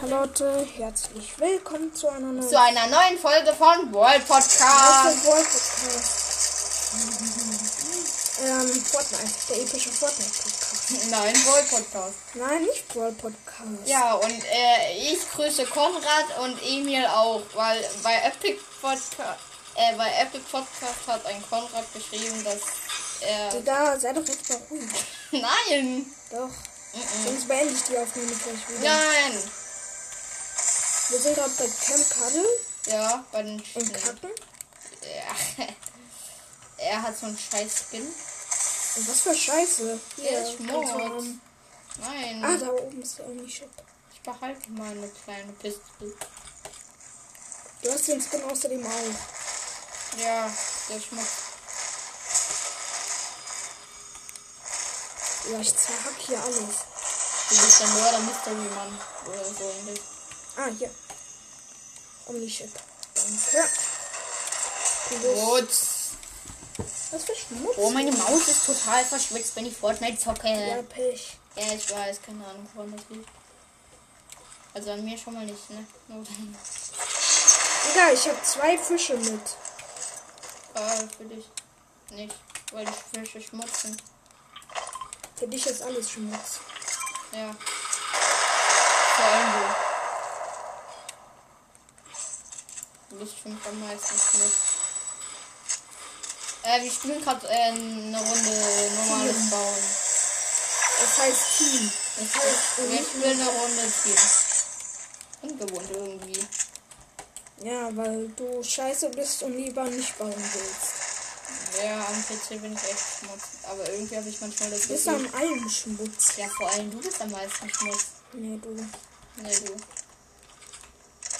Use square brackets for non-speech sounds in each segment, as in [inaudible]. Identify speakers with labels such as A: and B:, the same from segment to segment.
A: Hallo Leute, herzlich willkommen zu einer neuen
B: zu einer neuen Folge von World Podcast.
A: Aus dem Brawl Podcast. ähm, Fortnite, der epische Fortnite Podcast.
B: Nein, World Podcast.
A: Nein, nicht Brawl Podcast.
B: Ja, und äh, ich grüße Konrad und Emil auch, weil bei Epic Podcast, äh, bei Epic Podcast hat ein Konrad geschrieben, dass er.
A: Digga, Also sei doch jetzt mal ruhig.
B: Nein!
A: Doch. Sonst beende ich die Aufnahme gleich wieder.
B: Nein!
A: Wir sind gerade bei Camp Cuddle
B: Ja, bei den
A: und
B: Sch-
A: Kacken.
B: ja. [laughs] Er hat so einen scheiß Skin.
A: Und was für Scheiße.
B: Der ist
A: kannst du
B: Mord.
A: haben.
B: Nein.
A: Ah, da oben ist der Omni-Shop.
B: Ich behalte meine kleine Pistole.
A: Du hast den Skin außerdem auch.
B: Ja, der schmeckt.
A: Ja, ich zerhack hier alles.
B: Du bist ein Mörder, Mystery Mann. Oder so ähnlich.
A: Ah, hier. Omni-Ship. Danke. Plus.
B: Gut.
A: Was für Schmutz?
B: Oh, meine Maus ist total verschwitzt, wenn ich Fortnite zocke.
A: Ja,
B: Ja,
A: Pech.
B: ich weiß, keine Ahnung, woran das liegt. Also an mir schon mal nicht, ne? Nur [laughs] dann,
A: Digga, ich habe zwei Fische mit.
B: äh, für dich nicht, weil die Fische schmutzen.
A: Für dich ist alles Schmutz.
B: Ja. Vor allem du. Du bist schon am meisten schmutz. Äh, wir spielen gerade äh, eine Runde normales Bauen.
A: Das heißt Team.
B: Ich will, ich will eine Runde ziehen. Ungewohnt irgendwie.
A: Ja, weil du scheiße bist und lieber nicht bauen willst.
B: Ja, am PC bin ich echt schmutzig. Aber irgendwie habe ich manchmal das
A: Du bist
B: Gefühl.
A: an allem Schmutz.
B: Ja, vor allem du bist am meisten schmutzig.
A: Nee, du.
B: Ne, du.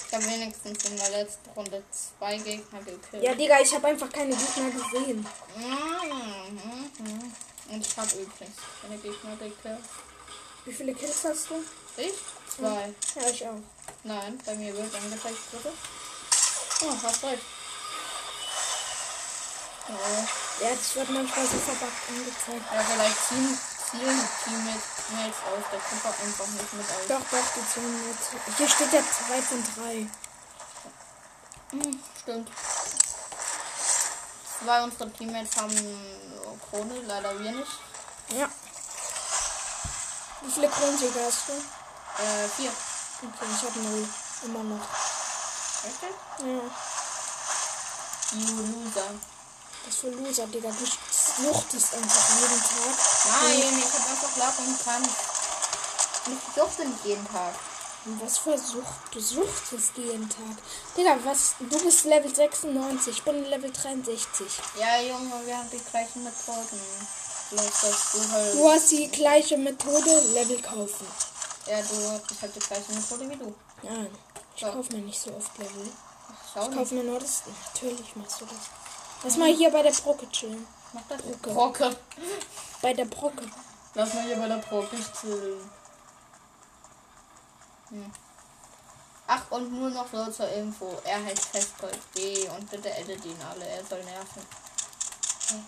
B: Ich habe wenigstens in der letzten Runde zwei Gegner gekillt.
A: Ja, Digga, ich habe einfach keine Gegner gesehen.
B: Mhm, mhm. Und ich habe übrigens keine Gegner gekillt.
A: Wie viele Kills hast du?
B: Ich? Zwei.
A: Ja, ich auch.
B: Nein, bei mir wird angezeigt, bitte. Oh, hast recht. Oh.
A: Ja, das wird manchmal so verbuggt angezeigt.
B: Ja, vielleicht ziehen, zielen die Teammates aus der Gruppe einfach nicht mit aus.
A: Doch, doch, die zählen mit. Hier steht ja 2 von 3.
B: Hm, stimmt. Zwei unserer Teammates haben Krone, leider wir nicht.
A: Ja. Wie viele Kronensieger hast du?
B: Äh, vier.
A: Okay, ich habe null. Immer noch.
B: Richtig?
A: Ja.
B: You loser.
A: Was für Loser, Digga. Du schluchtest einfach jeden Tag.
B: Nein, ich hab einfach Lack und kann. Ich durfte nicht jeden Tag.
A: Und was für Sucht? Du suchtest jeden Tag. Digga, was? Du bist Level 96, ich bin Level 63.
B: Ja, Junge, wir haben die gleichen Methoden. Bloß, dass du halt.
A: Du hast die gleiche Methode, Level kaufen.
B: ja, du, ich hab die gleiche Methode wie du.
A: Nein. Ich
B: Ja.
A: kaufe mir nicht so oft Level.
B: Schau
A: Ich
B: nicht.
A: kaufe mir nur das. Natürlich machst du das. Lass mal hier bei der Brocke chillen.
B: Mach das.
A: Brocke.
B: Brocke.
A: Bei der Brocke.
B: Lass mal hier bei der Brocke chillen. Hm. Ach, und nur noch so zur Info. Er heißt Festgold G und bitte edit ihn alle. Er soll nerven. Hm.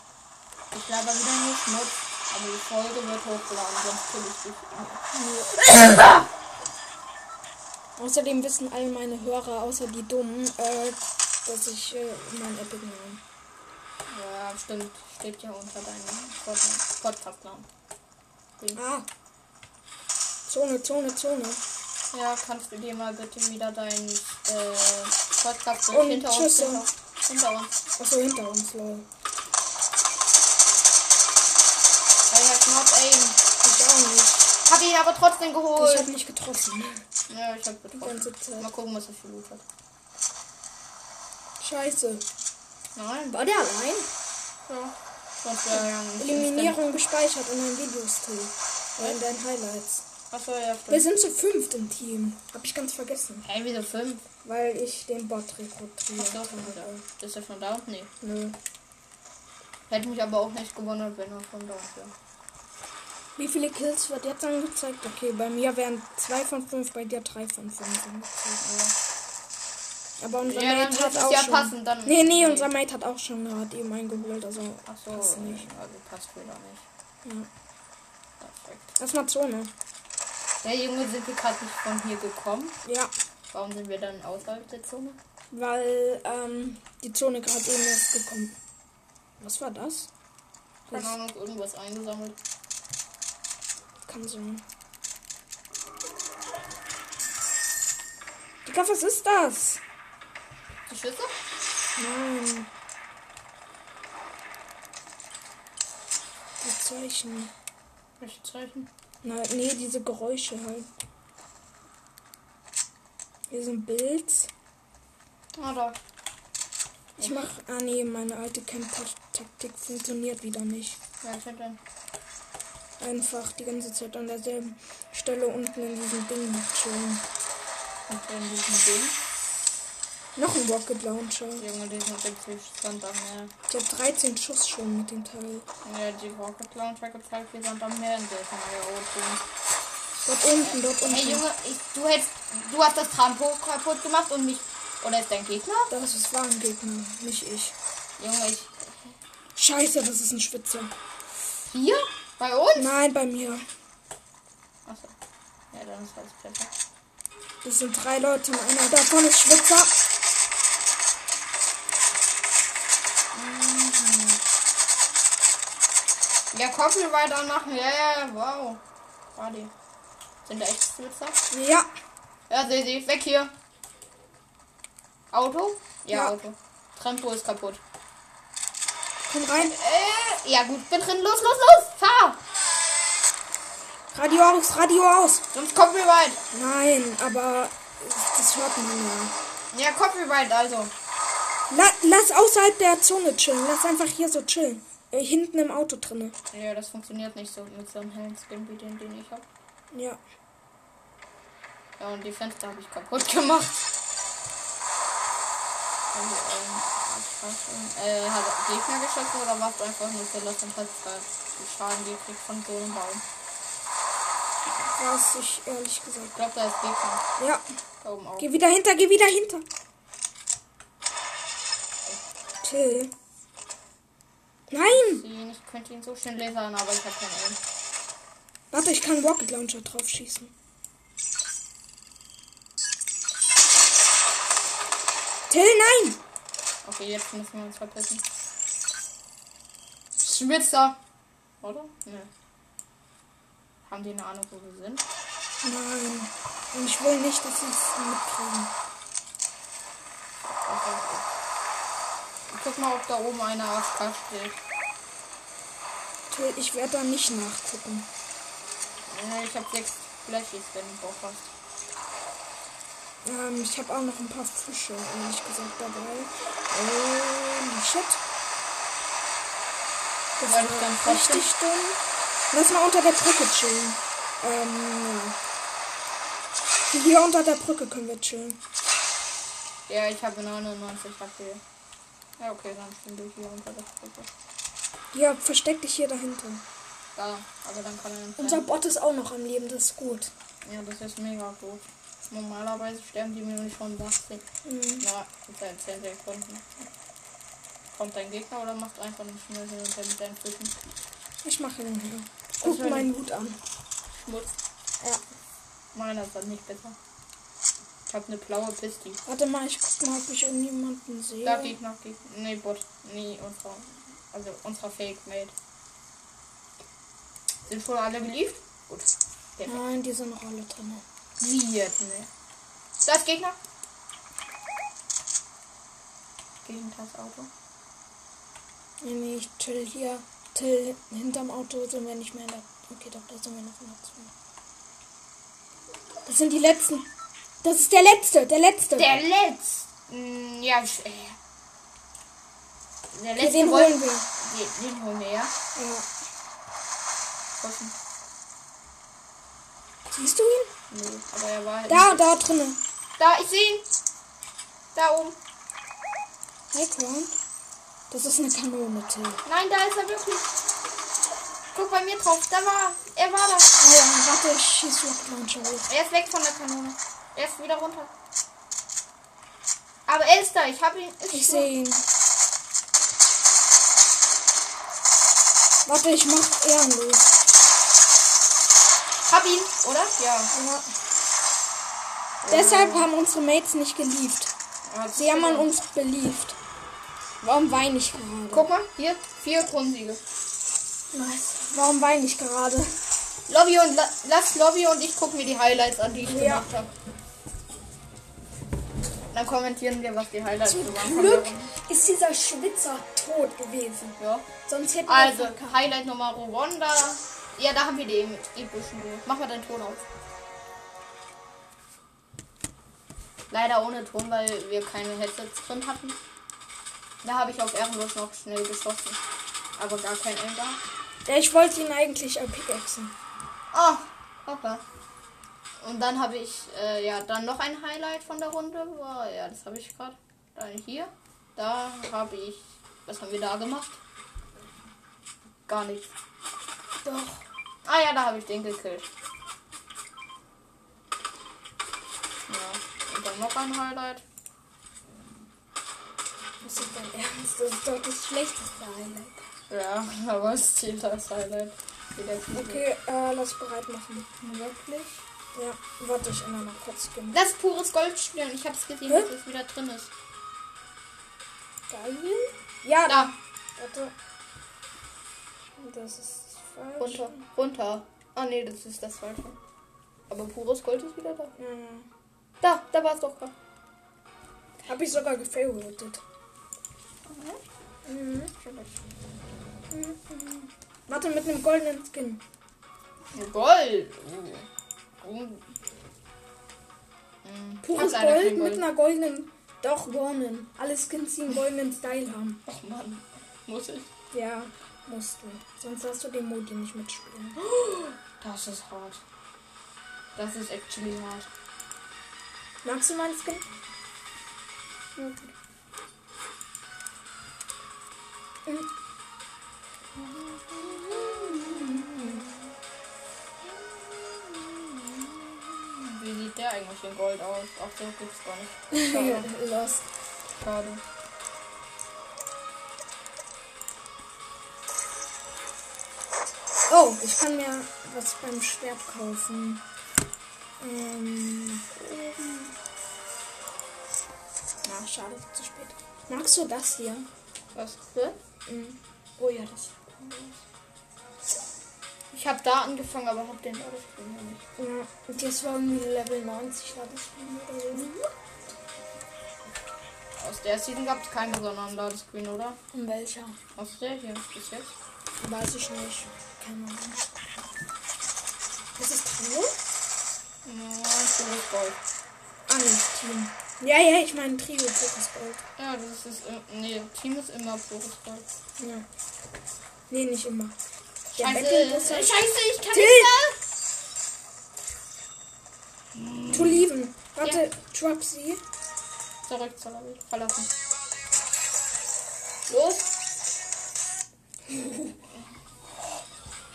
B: Ich laber wieder nur Schmutz, aber die Folge wird hochgeladen, sonst kill ich dich.
A: Außerdem wissen all meine Hörer, außer die Dummen, äh, dass ich äh, meinen Epic Namen.
B: Ja, stimmt. Steht ja unter deinem Podcast- Podcast-Namen.
A: Ah. Zone, Zone, Zone.
B: Ja, kannst du dir mal bitte wieder deinen äh, Podcast
A: Und
B: hinter uns,
A: tschüss,
B: hinter,
A: und-
B: hinter uns.
A: Achso, hinter uns, lol.
B: I have not aim.
A: Ich auch nicht.
B: Hab ihn aber trotzdem geholt.
A: Ich hab nicht getroffen. ne?
B: Ja, ich hab
A: Die
B: getroffen.
A: ganze Zeit.
B: Mal gucken, was er für Loot hat.
A: Scheiße.
B: Nein,
A: War der allein?
B: ja. Sonst wäre er nicht
A: Eliminierung gespeichert in deinem Videostil. Oder in deinen Highlights.
B: instant. Achso, ja,
A: Wir
B: stimmt.
A: sind zu fünft im Team. Hab ich ganz vergessen.
B: Hey, wieso 5?
A: Weil ich den Bot rekrutiert
B: Doch, schon wieder.
A: habe.
B: Ist er schon down? Nee.
A: Nö.
B: Hätte mich aber auch nicht gewundert, wenn er schon down wäre.
A: Wie viele Kills wird jetzt angezeigt? Okay, bei mir wären 2 von 5, bei dir 3 von 5 angezeigt. Aber unser
B: Ja, dann
A: Mate hat
B: wird es
A: auch
B: ja
A: schon.
B: passen, dann-
A: nee, nee,
B: nee.
A: unser Mate hat auch schon gerade eben eingeholt, also
B: Achso,
A: passt nicht.
B: also passt wieder nicht.
A: Ja.
B: Perfekt.
A: Erstmal Zone.
B: Ja, Junge, sind wir gerade nicht von hier gekommen.
A: Ja,
B: Warum sind wir dann außerhalb der Zone?
A: weil ähm, die Zone gerade eben erst gekommen. Was war das?
B: Keine Ahnung, irgendwas eingesammelt.
A: Kann sein. Digga, was ist das?
B: Die Schüsse?
A: Nein. Die Zeichen.
B: Welche Zeichen?
A: Na, nee, diese Geräusche halt. Hier sind Builds.
B: Ah, da.
A: Ich mach. Ah nee, meine alte Camp-Taktik funktioniert wieder nicht.
B: Welche denn?
A: Einfach die ganze Zeit an derselben Stelle unten in diesem Ding chillen.
B: Und in diesem
A: Noch ein Rocket Launcher.
B: Ding? Junge, die sind wirklich Sand am Meer.
A: Ich hab 13 Schuss schon mit dem Teil.
B: Ja, die Rocket Launcher gezeigt, wie Sand am Meer in der Szenario
A: Dort unten, dort unten.
B: Ey, Junge, ich, du hättest, du hast das Trampo kaputt gemacht und mich, oder ist dein Gegner?
A: Das ist war ein Gegner, nicht ich.
B: Junge, ich,
A: Scheiße, das ist ein Spitzer.
B: hier? Bei uns?
A: Nein, bei mir.
B: Achso. Ja, dann ist alles perfekt.
A: Das sind drei Leute und einer davon ist Schwitzer.
B: Ja, Copyright anmachen, ja, ja, ja, wow. Party. Sind da echt Switzer?
A: Ja.
B: Ja, seh sie, weg hier. Auto? Ja,
A: Ja.
B: Auto. Trampo ist kaputt.
A: Komm rein.
B: Äh, ja gut, bin drin. Los, los, los, fahr!
A: Radio aus, Radio aus.
B: Sonst Copyright.
A: Nein, aber das hört man ja.
B: Ja, Copyright also.
A: La lass außerhalb der Zone chillen. Lass einfach hier so chillen. Äh, hinten im Auto drinne.
B: Ja, das funktioniert nicht so mit so einem hellen Skin wie den, den ich habe.
A: Ja.
B: Ja, und die Fenster habe ich kaputt gemacht. Und, ähm, abschaffen. äh, hat er Gegner geschossen oder warst du einfach nur so los und hast da die Schaden gekriegt von so einem Baum?
A: Weiß ich ehrlich gesagt.
B: Ich glaube, da ist Gegner.
A: Ja.
B: Da oben auch.
A: Geh wieder hinter, geh wieder hinter. Till. Nein!
B: Ihn- Ich könnte ihn so schön lasern, aber ich habe keinen Aim.
A: Warte, ich kann Rocket Launcher drauf schießen. Till, nein!
B: Okay, jetzt müssen wir uns verpissen. Schwitzer! Oder? Ne. Haben die eine Ahnung, wo wir sind?
A: Nein. Und ich will nicht, dass sie es mitkriegen.
B: Okay. Guck mal, ob da oben einer AFK steht.
A: Till, ich werde da nicht nachgucken.
B: Ja, ich habe sechs Flashes, wenn du Bock hast.
A: Ähm, ich habe auch noch ein paar Fische, ehrlich gesagt, dabei. Ähm, shit. Das
B: Soll ich dann
A: war
B: trotzdem-
A: richtig dumm. Lass mal unter der Brücke chillen. Ähm, ja. Hier unter der Brücke können wir chillen.
B: Ja, ich habe 99 HP. Ja, okay, dann stehen wir hier unter der Brücke.
A: Ja, versteck dich hier dahinter.
B: Da, aber dann kann er nicht
A: Unser
B: rein.
A: Bot ist auch noch am Leben, das ist gut.
B: Ja, das ist mega gut. Normalerweise sterben die mir nämlich von 80.
A: Mhm.
B: Na, gut, seit 10 Sekunden. Kommt dein Gegner oder macht einfach einen schnell hin und her mit deinen Füßen?
A: Ich mache ihn hier.
B: Ich
A: Guck
B: will-
A: meinen Hut an.
B: Schmutz.
A: Ja.
B: Meiner ist dann nicht besser. Ich habe eine blaue Pisti.
A: Warte mal, ich guck mal, ob ich irgendjemanden sehe.
B: Da Gegner, Gegner. Nee, Bot. Nee, unserer. Also unserer Fake Mate. Sind schon alle geliebt? Gut.
A: Nein, die sind noch alle drin.
B: Sie jetzt, ne? Das Gegner. Gegen das Auto.
A: Nee, nee, ich chill hier. Till, hinterm Auto sind wir nicht mehr in der. Okay, doch, da sind wir noch in der Zone. Das sind die letzten. Das ist der letzte, der letzte.
B: Der letzte. Mm, Ja, ich, äh. Der
A: Okay,
B: letzte
A: den
B: wollte-
A: holen wir.
B: Den, den holen wir, ja.
A: Ja.
B: Kosten.
A: Siehst du ihn?
B: Nee, aber er war halt-
A: Da, da drinnen.
B: Da, ich sehe ihn. Da oben.
A: Highground. Das ist eine Kanone, Till. Ah
B: Nein, da ist er wirklich. Guck bei mir drauf. Da war er. Er war
A: Ah
B: da.
A: ja, warte, ich schieß Rocket Launcher hoch.
B: Er ist weg von der Kanone. Er ist wieder runter. Aber er ist da. Ich habe ihn.
A: Ich sehe ihn. Warte, ich mach ehrenlos.
B: Hab ihn, oder? Ja.
A: Ja. Deshalb haben unsere Mates nicht geliebt.
B: Hat-
A: Sie haben um- an uns beliebt. Warum weine ich gerade?
B: Guck mal, hier, vier Grundsiege.
A: Nice. Warum weine ich gerade?
B: Lobby und La lass Lobby und ich gucken mir die Highlights an, die ich
A: Ja.
B: gemacht habe. Dann kommentieren wir, was die Highlights
A: Zum
B: gemacht
A: Glück
B: haben.
A: ist dieser Schwitzer tot gewesen.
B: Ja.
A: Sonst hätten
B: Also,
A: wir...
B: Highlight Nummer Rwanda. Ja, da haben wir die em- epischen. Duo. Mach mal deinen Ton auf. Leider ohne Ton, weil wir keine Headsets drin hatten. Da habe ich auf Ehrenlos noch schnell geschossen. Aber gar kein Ember.
A: Ja, ich wollte ihn eigentlich äh, pickaxen.
B: Ah, hoppla. Und dann habe ich, äh, ja, dann noch ein Highlight von der Runde. War, ja, das habe ich gerade. Dann hier. Da habe ich. Was haben wir da gemacht? Gar nichts.
A: Doch.
B: Ah ja, da habe ich den gekillt. Ja, und dann noch ein Highlight.
A: Das ist dein Ernst. Das ist doch das schlechteste Highlight.
B: Ja, [laughs] aber es zählt als Highlight. Jeder Sieg.
A: Okay, äh, lass bereit machen.
B: Wirklich?
A: Ja, warte, ich ändere mal kurz. Geil.
B: Das ist pures Goldstück. Ich habe es gesehen,
A: Hä?
B: dass es wieder drin ist.
A: Ja, da.
B: Da,
A: Warte. Das ist falsch.
B: runter, runter. Ah nee, das ist das falsche. Aber pures Gold ist wieder da.
A: Ja, ja.
B: Da, da war es doch gerade.
A: Äh, Hab ich sogar gefavoritet. Mhm. Warte, mit einem goldenen Skin.
B: Gold. Oh. Oh. Mm,
A: Pures
B: hab leider
A: Gold
B: kein
A: mit einer goldenen. Doch, Warnen. Alle Skins, die einen goldenen Style haben.
B: Ach Mann, muss ich.
A: Ja, musst du. Sonst hast du den Modi nicht mitspielen.
B: Das ist hart. Das ist actually hart.
A: Magst du meinen Skin?
B: Wie sieht der eigentlich in Gold aus? Ach, den gibt's gar [laughs] nicht.
A: Ja, [laughs]
B: Schade.
A: los.
B: Schade.
A: Oh, ich kann mir was beim Schwert kaufen. Ähm. Na, schade, zu spät. Magst du das hier?
B: Was? Hä?
A: Mhm.
B: Oh ja, das sieht cool aus. Ich habe da angefangen, aber hab den Level noch nicht.
A: Ja, und das war irgendwie Level 90, war das Spiel oder so.
B: Aus der Season gab's keine Sonderladescreen, oder?
A: Und welcher?
B: Aus der hier bis jetzt.
A: Weiß ich nicht. Keine Ahnung. Das ist Trio?
B: Ja, pures Gold.
A: Ah, nicht Team. Ja, ja, ich meine Trio, Fokus Gold.
B: Ja, das ist. im- Nee, Team ist immer pures Gold.
A: Ja. Nee, nicht immer. Der
B: Scheiße,
A: Battle ist
B: äh,
A: halt
B: Scheiße, ich kann
A: Till!
B: nicht
A: to leaven. Warte, drop sie.
B: mehr. Zurück zur Lobby. Verlassen. Los.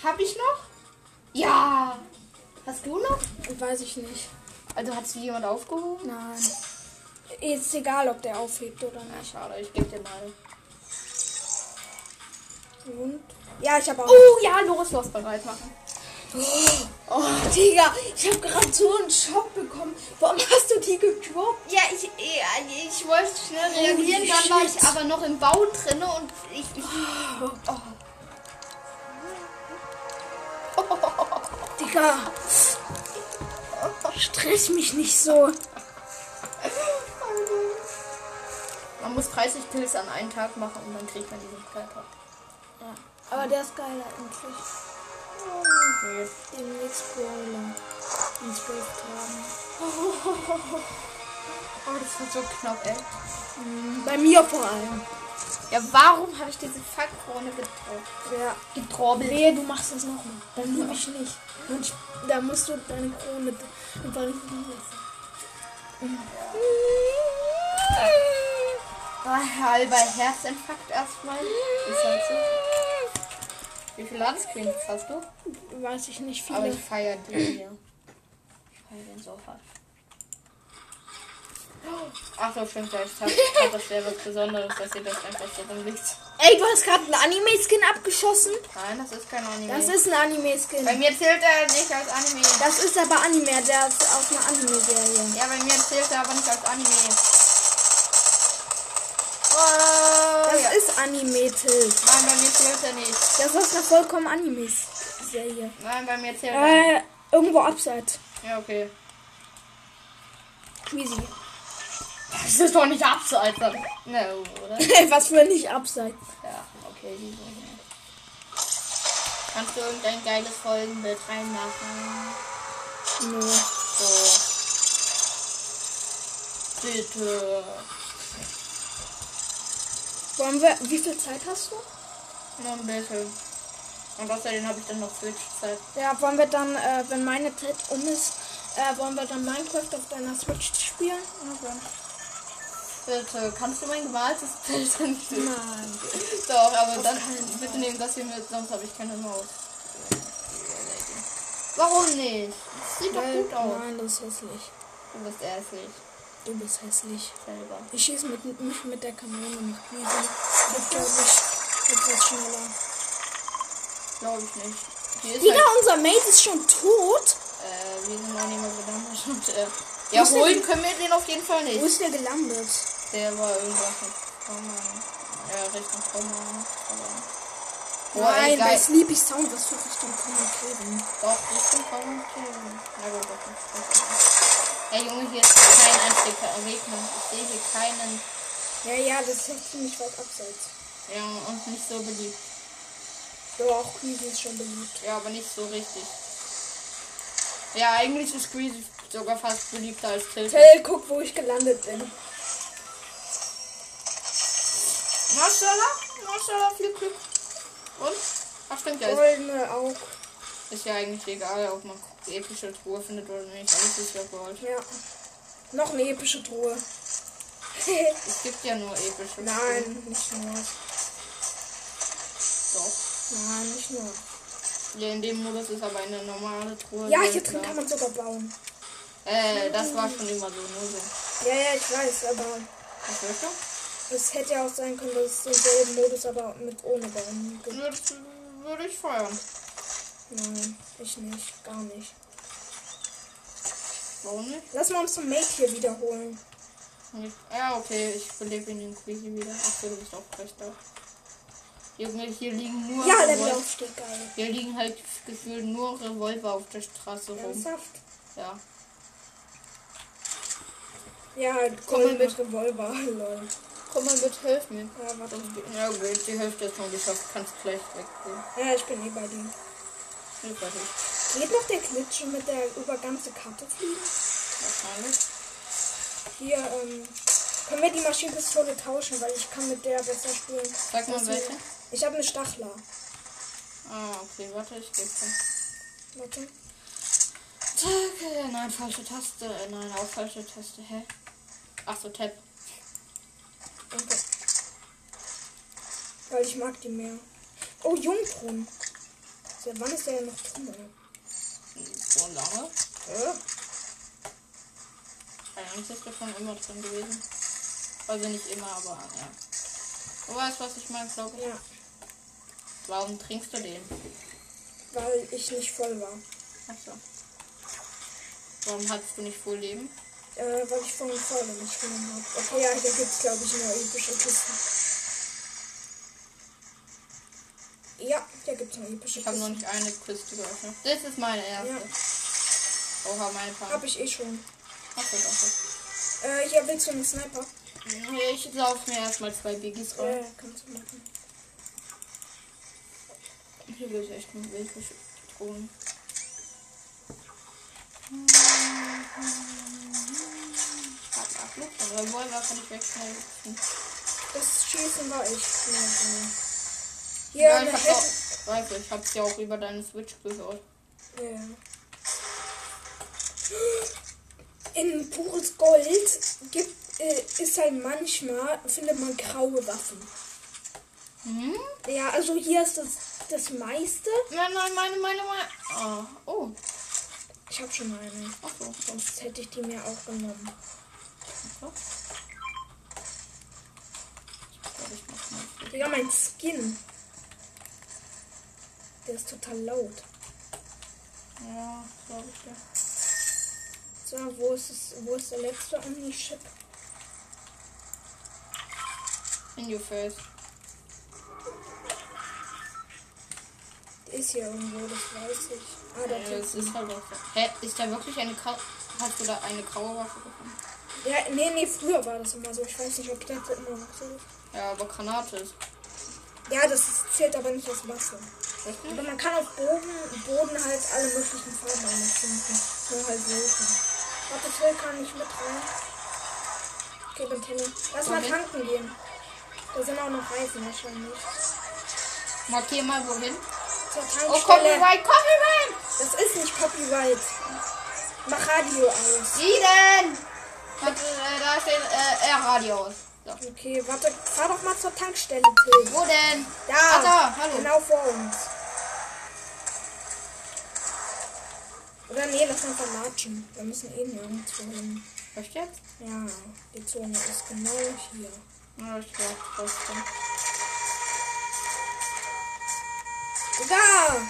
B: Hab ich noch? Ja. Hast du noch?
A: Weiß ich nicht.
B: Also hat sie jemand aufgehoben?
A: Nein. Äh, Ist egal, ob der aufhebt oder
B: Na,
A: nicht.
B: schade, ich geb dir mal.
A: Und? Ja, ich habe auch.
B: Oh ja, los, los, bereit machen.
A: Oh, Digga, ich habe gerade so einen Schock bekommen. Warum hast du die gedroppt?
B: Ja, ich, ich, ich wollte schnell reagieren,
A: Holy
B: dann war
A: shit.
B: ich aber noch im Bau drinne und ich. ich oh.
A: Digga. Stress mich nicht so.
B: Man muss 30 Kills an einem Tag machen und dann kriegt man diesen Körper.
A: Aber der ist geiler endlich.
B: Nee.
A: Demnächst Brawler. Ins Bild tragen.
B: Oh, das war so knapp, ey.
A: Bei mir vor allem.
B: Ja, warum habe ich diese Fuck-Krone getroffen?
A: Ja.
B: Getrobbelt.
A: Wehe, du machst das nochmal. Dann liebe ich nicht. Und ich, da musst du deine Krone d- und deine Krone setzen. Mhm.
B: Ah, halber Herzinfarkt erstmal. Ist halt so. Wie viele Ladescreens hast du?
A: Weiß ich nicht
B: Aber ich
A: viel.
B: feiere den hier. Ich feiere den so hart. Ach so, stimmt, ja, ich hab, ich hab das wäre was Besonderes, dass ihr das einfach so rumliegt.
A: Ey, du hast gerade einen Anime-Skin abgeschossen?
B: Nein, das ist kein Anime.
A: Das ist ein
B: bei
A: Anime-Skin.
B: mir zählt er nicht als Anime.
A: Das ist aber Anime, der ist aus einer Anime-Serie.
B: Ja, bei mir zählt er aber nicht als Anime. Oh,
A: Das
B: ja.
A: ist anime -Tilt.
B: Nein, bei mir zählt er nicht.
A: Das ist eine vollkommen Anime-Serie.
B: Nein, bei mir zählt er nicht.
A: Äh, irgendwo abseits.
B: Ja, okay.
A: Queasy.
B: Das ist doch nicht abseits. No, oder?
A: [laughs] Was für nicht abseits.
B: Ja, okay, die so. Kannst du irgendein geiles Folgenbild reinmachen?
A: Nö.
B: So. Bitte.
A: Wollen wir, wie viel Zeit hast du?
B: Noch ein bisschen. Und außerdem habe ich dann noch Twitch-Zeit.
A: Ja, wollen wir dann, äh, wenn meine Zeit um ist, äh, wollen wir dann Minecraft auf deiner Switch spielen?
B: Bitte, kannst du mein gemaltes Bild [laughs] anziehen?
A: Nein.
B: Doch, aber dann
A: keinen Fall.
B: bitte nehmt das hier mit, sonst habe ich keine Maus. Warum nicht? Das sieht doch gut aus.
A: Nein, das ist hässlich.
B: Du bist ehrlich.
A: Du bist hässlich.
B: Selber.
A: Ich schieße mit, mich mit der Kanone nicht mehr. Ich glaube ich etwas schneller.
B: Glaube ich nicht. Die ist
A: Digga,
B: halt,
A: unser Mate ist schon tot.
B: äh, wir sind auch nicht mehr gelandet und, äh, ja,
A: ist der
B: holen
A: denn?
B: können wir den auf jeden Fall
A: Wo
B: nicht.
A: ist der gelandet?
B: Der war irgendwas mit Pommern. Ja, Richtung Pommern. Aber- Boah,
A: Nein,
B: ey,
A: bei
B: geil.
A: Sleepy Sound, das wird Richtung Common Cave.
B: Doch, Richtung Pommern. Na gut, doch nicht. Ey, Junge, hier ist kein einziger Regner. Ich sehe hier keinen.
A: Ja, ja, das ist ziemlich weit abseits.
B: Ja, und nicht so beliebt.
A: Aber auch Queasy ist schon beliebt.
B: Ja, aber nicht so richtig. Ja, eigentlich ist Greasy sogar fast beliebter als Tilt.
A: Tell, guck, wo ich gelandet bin.
B: Maschallah, Maschallah, viel Glück. Und? Ach stimmt, ja, ist,
A: Goldene Augen.
B: ist ja eigentlich egal, ob man die epische Truhe findet oder nicht. Alles ist ja Gold.
A: Ja. Noch eine epische Truhe. [laughs]
B: Es gibt ja nur epische Truhen.
A: Nein, nicht nur.
B: Doch.
A: Nein, nicht nur.
B: Ja, in dem Modus ist aber eine normale Truhe.
A: Ja,
B: sehr
A: hier drin
B: klar.
A: kann man sogar bauen.
B: Äh, das war schon immer so, nur so.
A: Ja, ja, ich weiß, aber
B: Was willst du?
A: es hätte ja auch sein können, dass es im selben Modus, aber mit ohne bauen gibt.
B: Würde, würde ich feuern.
A: Nein, ich nicht. Gar nicht.
B: Warum nicht?
A: Lass mal unseren Mate hier wiederholen.
B: Nicht- Ja, okay, ich belebe ihn den Queasy wieder. Achso, du bist auch recht da. Junge, hier liegen nur
A: Ja, Level
B: Revolver.
A: Aufstieg, geil.
B: Hier liegen halt gefühlt nur Revolver auf der Straße rum.
A: Ernsthaft?
B: Ja.
A: Ja, halt
B: Komm mal
A: Gold mit Revolver, [laughs] lol.
B: Komm mal bitte, hilf mir.
A: Ja, warte.
B: Ja, gut, die Hälfte ist schon geschafft. Kannst gleich weggehen.
A: Ja, ich bin eh bei dir.
B: Hilf halt weiter.
A: Geht noch der Klitsche mit der über ganze Karte fliegen?
B: Wahrscheinlich.
A: Hier, ähm, können wir die Maschinenpistole tauschen, weil ich kann mit der besser spielen.
B: Sag mal
A: Also,
B: welche.
A: Ich habe eine Stachler.
B: Ah, okay, warte, ich gebe
A: Warte.
B: Danke. äh, Nein, falsche Taste. Äh, Nein, auch falsche Taste. Hä? Ach so, Tab.
A: Okay. Weil ich mag die mehr. Oh, Jungbrunnen. Seit wann ist der denn noch drin? ey?
B: Hm, So lange.
A: Ja.
B: Eigentlich ist das schon immer drin gewesen. Also nicht immer, aber ja. Du weißt, was ich meine, glaube ich.
A: Ja,
B: Warum trinkst du den?
A: weil ich nicht voll war.
B: Achso. Warum hattest du nicht voll Leben?
A: Äh, weil ich vorhin voll nicht genommen habe. Okay, ja, hier gibt's glaube ich, nur epische Kisten. Ja, hier gibt's noch epische
B: Ich habe noch
A: Kisten.
B: nicht eine Kiste geöffnet. Das ist meine erste.
A: Ja.
B: Oha, mein Fang.
A: Hab ich eh schon.
B: Achso, doch.
A: Äh, hier willst du einen Sniper?
B: Ich laufe mir erstmal zwei Biggies
A: Ja,
B: rein.
A: ja, kannst du machen.
B: Hier will ich echt nur welche Drohnen. Ich hab Abluft, aber Revolver kann ich wegschneiden.
A: Das Schießen war ich. Hier,
B: Ja,
A: eine
B: ich hab's
A: Head
B: auch. Weißt du, ich hab's ja auch über deine Switch gehört.
A: Ja. In pures Gold gibt, äh, ist halt manchmal, findet man graue Waffen.
B: Hm?
A: Ja, also hier ist das, das meiste.
B: Nein, nein, meine, meine, meine. Ah, oh,
A: Ich habe schon eine,
B: achso.
A: sonst hätte ich die mir auch genommen.
B: So. ich mach mal.
A: Digga, mein Skin. Der ist total laut.
B: Ja, glaube ich ja.
A: So, wo ist es, wo ist der letzte Omni-Chip?
B: In your face.
A: Der ist hier irgendwo, das weiß ich. Ah, da
B: Ja, das ist halt auch so. Hä, ist da wirklich eine Kau... Hast du da eine graue Waffe gefunden?
A: Ja, nee, nee, früher war das immer so. Ich weiß nicht, ob das immer noch so ist.
B: Ja, aber Granate ist.
A: Ja, das ist, zählt aber nicht als Wasser.
B: Weißt du?
A: Aber man kann auf Boden, Boden halt alle möglichen Farben auch noch finden. Nur halt suchen. Warte, Phil kann nicht mit rein. Okay, bin Teller. Lass mal
B: Okay.
A: tanken gehen. Da sind auch noch Reifen wahrscheinlich.
B: Markier mal wohin.
A: Zur
B: Oh,
A: Tankstelle.
B: Copyright, Copyright!
A: das ist nicht Copyright. Mach Radio aus.
B: Sieben! Hat, äh, da steht äh, R-Radio aus. So.
A: Okay, warte, fahr doch mal zur Tankstelle, Till.
B: Wo denn?
A: Da,
B: Ah, da, hallo.
A: genau vor uns. Oder nee, lass einfach latschen. Wir müssen eh nirgendwo hin.
B: Was jetzt?
A: Ja, die Zone ist genau hier.
B: Ja, ich glaub, das ist dann-
A: Da!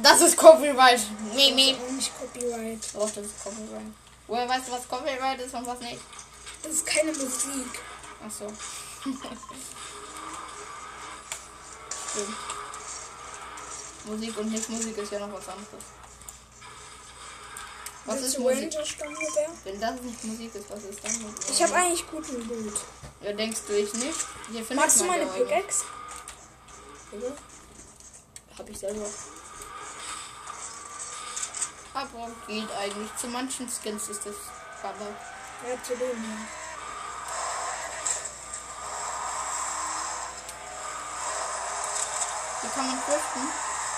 B: Das ist Copyright. Nee, nee.
A: Das ist auch nicht Copyright.
B: Doch, das ist Copyright. Woher weißt du, was Copyright ist und was nicht?
A: Das ist keine Musik.
B: Ach so. Stimmt. [laughs] Musik und nicht Musik ist ja noch was anderes. Was
A: Willst
B: ist
A: du
B: Musik?
A: Ranger Stammgewehr?
B: Wenn das nicht Musik ist, was ist dann Musik?
A: Ich habe eigentlich guten Loot.
B: Ja, denkst du ich nicht? Hier findet
A: Magst du
B: man
A: meine
B: ja auch
A: Pickaxe?
B: nicht. Oder? Hab ich selber. Aber geht eigentlich. Zu manchen Skins ist das aber.
A: Ja, zu dem hier.
B: Die kann man craften.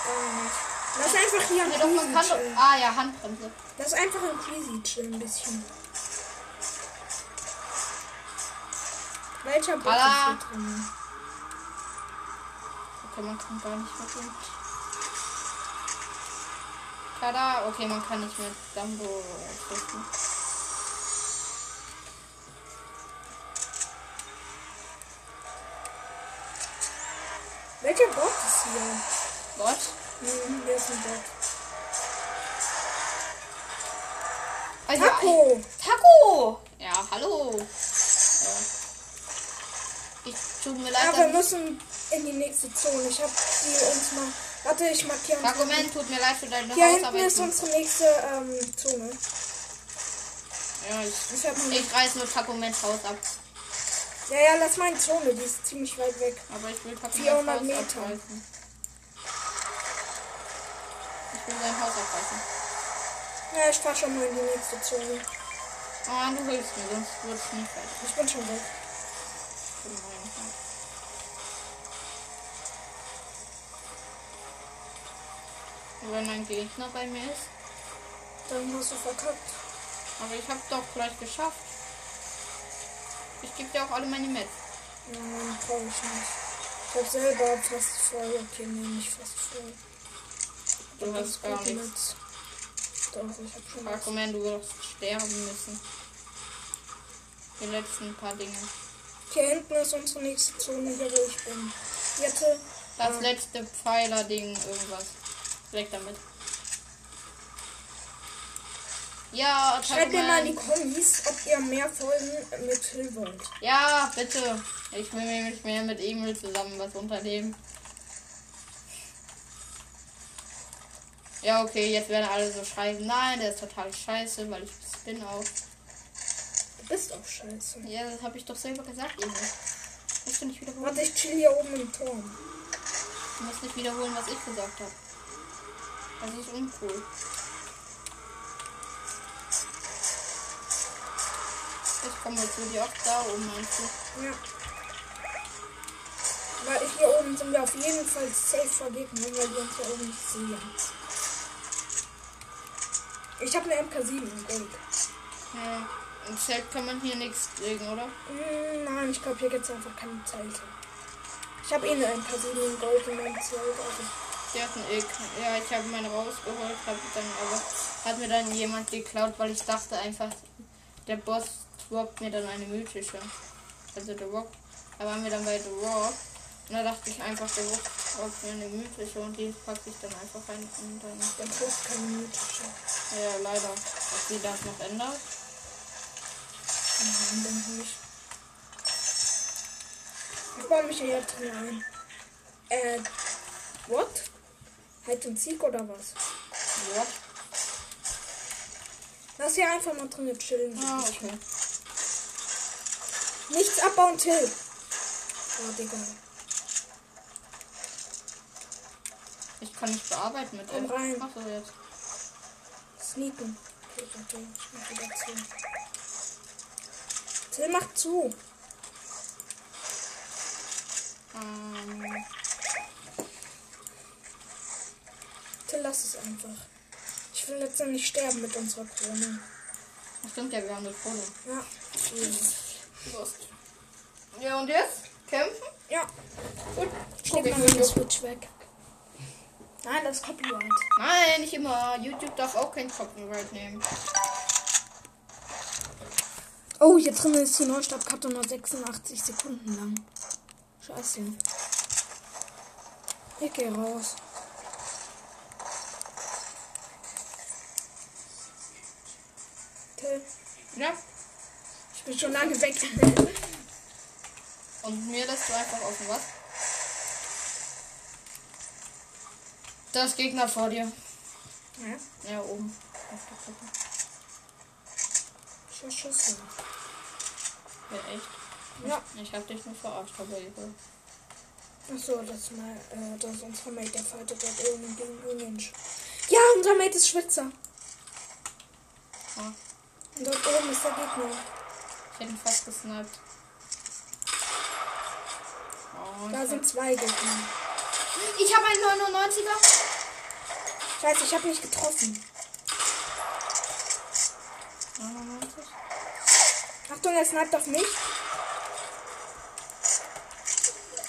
A: Gar nicht. Lass einfach hier ein
B: Ja, doch, man kann
A: Crazy
B: doch.
A: chillen.
B: Ah ja, Handbremse.
A: Lass einfach ein Crazy chillen ein bisschen. Welcher Bot ist
B: Alla.
A: hier drin?
B: Okay, man kann gar nicht mitnehmen. Tada, okay, man kann nicht mit Dumbo treffen.
A: Welcher Bot ist hier?
B: Gott.
A: Hm, hier ist ein Bot.
B: Also,
A: Taco!
B: ein- Taco! Ja, hallo. Ja. Ich tut mir leid,
A: Ja, wir
B: dass
A: müssen in die nächste Zone. Ich hab die uns mal. Warte, ich markiere uns.
B: Taco Man, tut mir leid für deine
A: Hier hinten
B: Hausarbeit.
A: ist unsere nächste ähm, Zone.
B: ja, ich,
A: Ich hab noch nicht.
B: ich reiß nur Taco Mans Haus ab.
A: Ja, ja, lass mal in Zone. Die ist ziemlich weit weg.
B: Aber ich will Taco
A: 400
B: Mans Haus
A: Meter.
B: abreißen. Ich will sein Haus abreißen.
A: Ja, ich fahr schon mal in die nächste Zone.
B: Ah, du hilfst mir, sonst wird's nicht fertig.
A: Ich bin schon weg.
B: Tut mir leid. Wenn ein Gegner bei mir ist.
A: Dann hast du verkackt.
B: Aber ich hab's doch gleich geschafft. Ich gebe dir auch alle meine Mets.
A: Nein, brauche ich nicht. Ich hab selber fast voll. Okay, nee, nicht fast voll.
B: Du hast gar
A: gute
B: nichts.
A: Netz. Doch, ich hab schon was.
B: Argument, du wirst sterben müssen. Die letzten paar Dinge.
A: Hier hinten ist unsere nächste Zone, hier wo ich bin. Jette,
B: Das
A: Ah.
B: letzte Pfeiler-Ding, irgendwas. Weg damit. Ja,
A: schreibt mir mal in die
B: Argument.
A: Kommis, ob ihr mehr Folgen mit Hill wollt.
B: Ja, bitte. Ich will nämlich mehr mit Emil zusammen was unternehmen. Ja, okay, jetzt werden alle so schreien. Nein, der ist total scheiße, weil ich bin auch.
A: Du bist auch scheiße.
B: Ja, das habe ich doch selber gesagt, Emil. Musst du nicht wiederholen?
A: Warte, ich chill hier oben im Turm.
B: Du musst nicht wiederholen, was ich gesagt habe. Das ist uncool. Ich komme jetzt mit dir auch da oben, meinst du?
A: Ja. Weil hier oben sind wir auf jeden Fall safe vor Gegnern, weil wir uns hier oben nicht sehen. Ich habe eine MK7 im Gold.
B: Ja. Hm, Im Zelt kann man hier nichts legen, oder?
A: Mm, Nein, ich glaube, hier gibt es einfach keine Zelte. Ich habe eh eine MK7 im Gold und mein Zelt. Also
B: Die hatten eh ke- Ja, ich habe meine rausgeholt, hab dann aber hat mir dann jemand geklaut, weil ich dachte einfach, der Boss droppt mir dann eine mythische. also The Rock. Da waren wir dann bei The Rock. Und da dachte ich einfach, The Rock braucht mir eine mythische und die packe ich dann einfach rein. Und dann,
A: Der braucht keine mythische.
B: ja, leider. Ob sie das noch ändert?
A: Nein, bin ich nicht. Ich baue mich ja jetzt drin ein. Äh, what? Halt den Sieg oder was?
B: Ja.
A: Lass hier einfach mal drin chillen.
B: Ah, okay.
A: Nichts abbauen, Till. Oh, Digga.
B: Ich kann nicht bearbeiten mit
A: Komm
B: F.
A: rein.
B: Ach so, jetzt.
A: Sneaken. Okay, okay, ich mach wieder zu. Till, mach zu.
B: Ähm,
A: Till, lass es einfach. Ich will jetzt ja nicht sterben mit unserer Krone.
B: das stimmt ja, wir haben eine Krone.
A: Ja.
B: Hm. Wurst. Ja, und jetzt? Kämpfen?
A: Ja.
B: Gut.
A: Ich
B: Guck,
A: leg
B: ich
A: mal den
B: will
A: Switch weg. Nein, das ist Copyright.
B: Nein, nicht immer. YouTube darf auch kein Copyright nehmen.
A: Oh, hier drin ist die Neustartkarte nur 86 Sekunden lang. Scheiße. Ich geh raus. Till,
B: Ja.
A: Ich bin schon lange weg. [laughs]
B: Und mir lässt du einfach offen, was? Da ist Gegner vor dir.
A: ja,
B: Ja, oben. Auf der Treppe.
A: schon Schüsse.
B: Ja, echt.
A: Ja.
B: Ich hab dich nur verarscht, aber egal.
A: Achso, das mal, äh, das ist unser Mate, der fightet dort irgendwie gegen Unmensch. Ja, unser Mate ist Schwitzer.
B: Ah,
A: Und dort oben ist der Gegner.
B: ich hätte ihn fast gesniped. Oh,
A: Da
B: ich
A: sind zwei Gegner.
B: hab- ich habe einen 99er.
A: Scheiße, ich habe nicht getroffen.
B: 99?
A: Achtung, er sniped halt auf mich.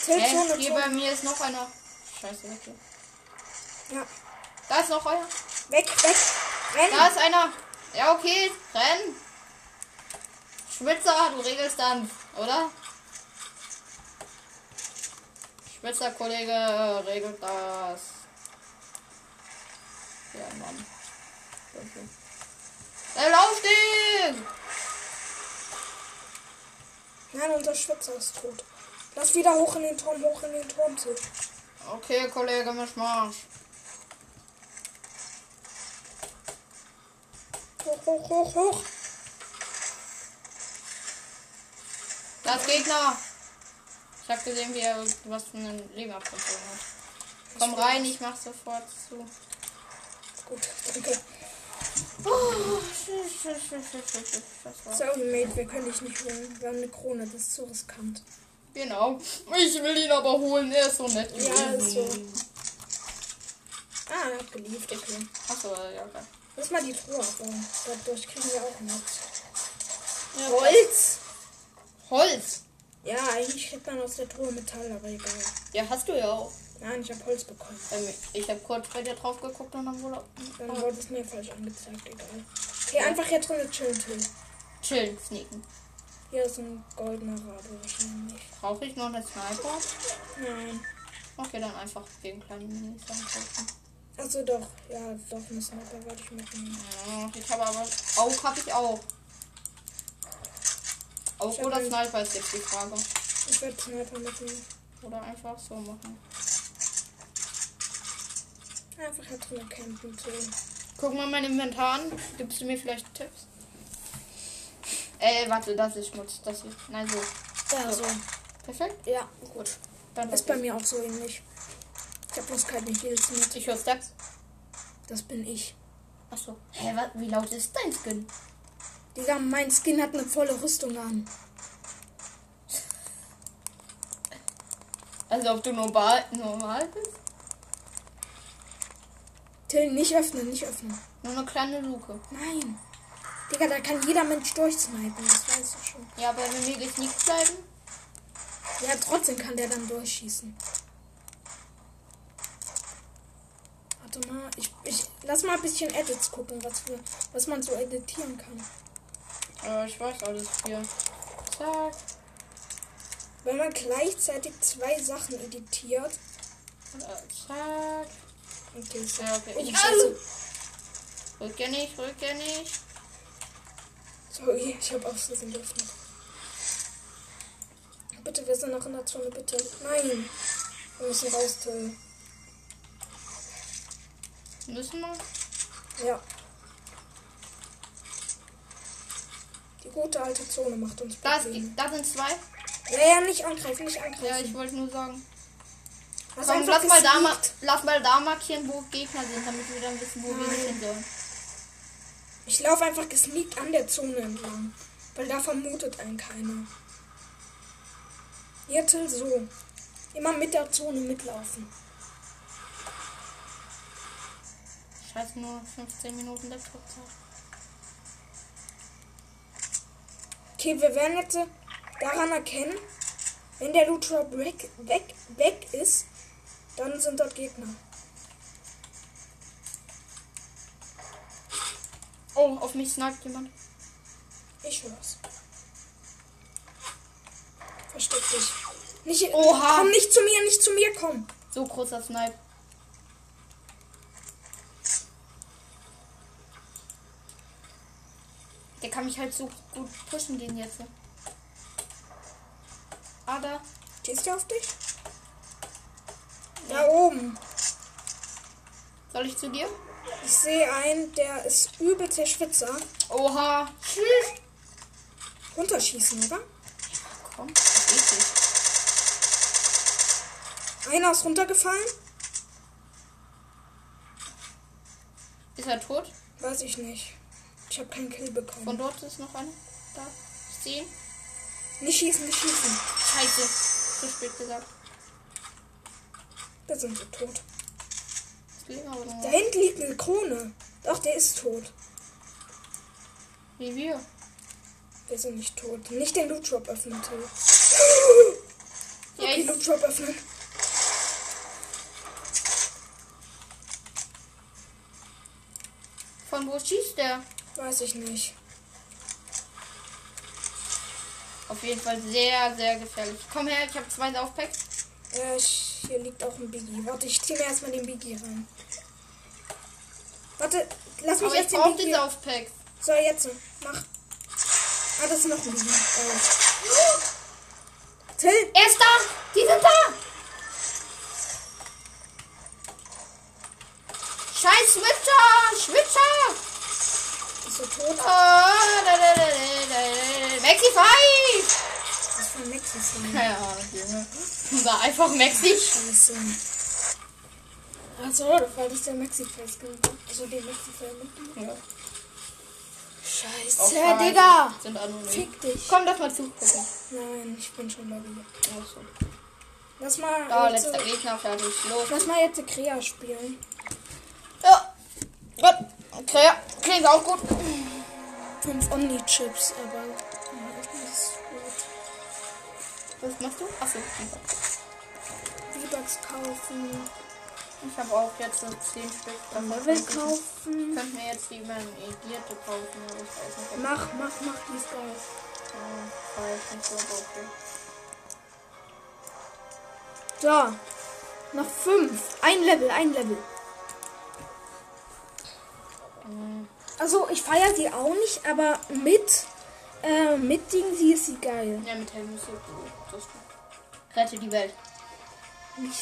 A: Tilt Zone,
B: Hey, hier bei
A: Zone.
B: mir ist noch einer. Scheiße, weg hier.
A: Ja.
B: Da ist noch einer.
A: Weg, weg. Renn.
B: Da ist einer. Ja, okay, renn. Schwitzer, du regelst dann, oder? Schwitzer Kollege regelt das. Ja, Mann. Okay. Der Lauf stehen!
A: Nein, unser Schwitzer ist tot. Lass wieder hoch in den Turm, hoch in den Turm zu.
B: Okay, Kollege, mich marsch.
A: Hoch, hoch, hoch, hoch.
B: Das Gegner. Ich hab gesehen, wie er was von einem Leben abgezogen hat. Komm rein, ich mach sofort zu.
A: Gut, danke.
B: Oh, shit, shit, shit, shit, shit, shit. Das war's.
A: Sorry, Mate, wir können dich nicht holen. Wir haben eine Krone, das ist zu riskant.
B: Genau. Ich will ihn aber holen, er ist so nett
A: Ja, ist so. Ah, er hat geliefert, okay.
B: Achso, ja, okay.
A: Lass mal die Truhe abbauen. Dadurch kriegen wir auch nichts.
B: Ja,
A: Holz?
B: Holz?
A: Ja, eigentlich kriegt man aus der Truhe Metall, aber egal.
B: Ja, hast du ja auch.
A: Nein, ich habe Holz bekommen.
B: Ähm, Ich habe kurz bei dir drauf geguckt und dann wurde.
A: Dann wurde es mir falsch angezeigt, egal. Okay, einfach hier drin chillen, Till.
B: Chillen, sneaken.
A: Hier ist ein goldener Rabe wahrscheinlich.
B: Brauche ich noch eine Sniper?
A: Nein.
B: Okay, dann einfach gegen kleine Minis angucken.
A: Also doch, ja, doch, ein Sniper werde ich mitnehmen.
B: Ja, ich habe aber. Auch habe ich auch. Auch
A: Ich hab
B: oder
A: einen-
B: Sniper ist jetzt die Frage.
A: Ich werde Sniper mitnehmen.
B: Oder einfach so machen.
A: Einfach hier drin campen, Till.
B: Guck mal mein Inventar an. Gibst du mir vielleicht Tipps? Ey, warte, das ist Schmutz. Das ist. Nein, so.
A: Ja, so.
B: Perfekt.
A: Also, Ja, gut.
B: Dann
A: Ist bei mir auch so ähnlich. Ich habe bloß keine Heals mit.
B: Ich höre Steps.
A: Das bin ich.
B: Achso. Hä, wa- wie laut ist dein Skin?
A: Digga, mein Skin hat eine volle Rüstung an.
B: Also, ob du normal, normal bist?
A: Till, nicht öffnen, nicht öffnen.
B: Nur eine kleine Luke.
A: Nein. Digga, da kann jeder Mensch durchsnipen, das weißt du schon.
B: Ja, aber wenn wir dich nicht bleiben.
A: Ja, trotzdem kann der dann durchschießen. Warte mal, ich, ich lass mal ein bisschen Edits gucken, was, wir, was man so editieren kann.
B: Äh, ich weiß alles hier. Zack.
A: Wenn man gleichzeitig zwei Sachen editiert.
B: Äh, zack.
A: Okay, so.
B: Ja, okay.
A: Ich
B: Ich-
A: also,
B: Rücke nicht, rücke nicht.
A: sorry, ich habe aus Versehen geöffnet. Bitte, wir sind noch in der Zone, bitte. Nein. Wir müssen raus, Till.
B: Müssen wir?
A: Ja. Die gute alte Zone macht uns
B: Da, ist,
A: Probleme.
B: da sind zwei.
A: Ja, ja, nicht angreifen, nicht
B: Ja,
A: angreifen.
B: ich wollte nur sagen.
A: Hast
B: Komm,
A: einfach
B: lass mal, da, ma-
A: gesneakt.
B: lass mal da markieren, wo Gegner sind, damit wir dann wissen, wo wir
A: Nein.
B: nicht hin sollen.
A: Ich laufe einfach gesneakt an der Zone entlang. Weil da vermutet einen keiner. Jetzt so. Immer mit der Zone mitlaufen.
B: Scheiße, nur 15 Minuten Laptop-Zeit.
A: Okay, wir werden jetzt äh, daran erkennen, wenn der Loot Drop weg, weg, weg ist, dann sind dort Gegner.
B: Oh, auf mich snackt jemand.
A: Ich hör's. Versteck dich. Nicht,
B: Oha.
A: Komm nicht zu mir, nicht zu mir, komm.
B: So großer Snipe. Der kann mich halt so gut pushen, den jetzt. Ne? Ah, da.
A: Stehst du auf dich? Da oben.
B: Soll ich zu dir?
A: Ich sehe einen, der ist übelst der Schwitzer.
B: Oha.
A: Runterschießen, oder?
B: Komm, das geht nicht.
A: Einer ist runtergefallen?
B: Ist er tot?
A: Weiß ich nicht. Ich habe keinen Kill bekommen.
B: Von dort ist noch einer. Da. Ich sehe ihn.
A: Nicht schießen, nicht schießen.
B: Scheiße. Zu spät gesagt.
A: Da sind sie tot.
B: Das leben aber
A: Da
B: noch.
A: hinten liegt eine Krone. Doch, der ist tot.
B: Wie wir.
A: Wir sind nicht tot. Nicht den Loot Drop öffnen, Till.
B: [laughs] Ja,
A: Okay,
B: ich,
A: Loot Drop öffnen.
B: von wo schießt der?
A: Weiß ich nicht.
B: Auf jeden Fall sehr, sehr gefährlich. Komm her, ich habe zwei Saufpacks.
A: Äh, ich, hier liegt auch ein Biggie. Warte, ich ziehe mir erstmal den Biggie rein. Warte, lass mich
B: Aber ich
A: jetzt den
B: brauche
A: Biggie.
B: die Saufpacks.
A: So, jetzt. Mach. Ah, das ist noch ein Biggie. Äh. Till,
B: Er ist da! Die sind da! Scheiß Switcher! Switcher!
A: ist er tot?
B: Oh, da, da, da, da, da, da. Maxi Fight!
A: Das ist von Maxi. Song.
B: Keine Ahnung, Junge. [laughs] War einfach Maxi.
A: Scheiße. Achso, das war das der Maxi-Fest. Also die Maxi-Fest.
B: Ja.
A: Scheiße,
B: Auf
A: Digga.
B: Reisen Sind anonym.
A: Fick dich.
B: Komm, lass mal zugucken.
A: Nein, ich bin schon mal wieder.
B: Oh, so.
A: Lass mal.
B: Da,
A: jetzt,
B: Ah, letzter Gegner, fertig. Los.
A: lass mal jetzt die Krea spielen.
B: Ja. Gott. Okay, ja. Klingt auch gut.
A: Fünf Omni-Chips, aber. ja, das ist gut.
B: Was machst du? Achso, super.
A: V-Bucks kaufen.
B: Ich habe auch jetzt so 10 Stück. davon.
A: Level
B: Ich
A: kaufen.
B: könnte mir jetzt die Manigierte kaufen, aber ich weiß nicht, ob ich
A: Mach, mach, mach die ist geil.
B: äh, weiß nicht so brauche.
A: Da. Noch fünf. Ein Level, ein Level.
B: Mhm.
A: Also ich feiere sie auch nicht, aber mit äh, mit Ding sie ist sie geil.
B: Ja, mit Helm ist so gut. Das ist gut. Rette die Welt.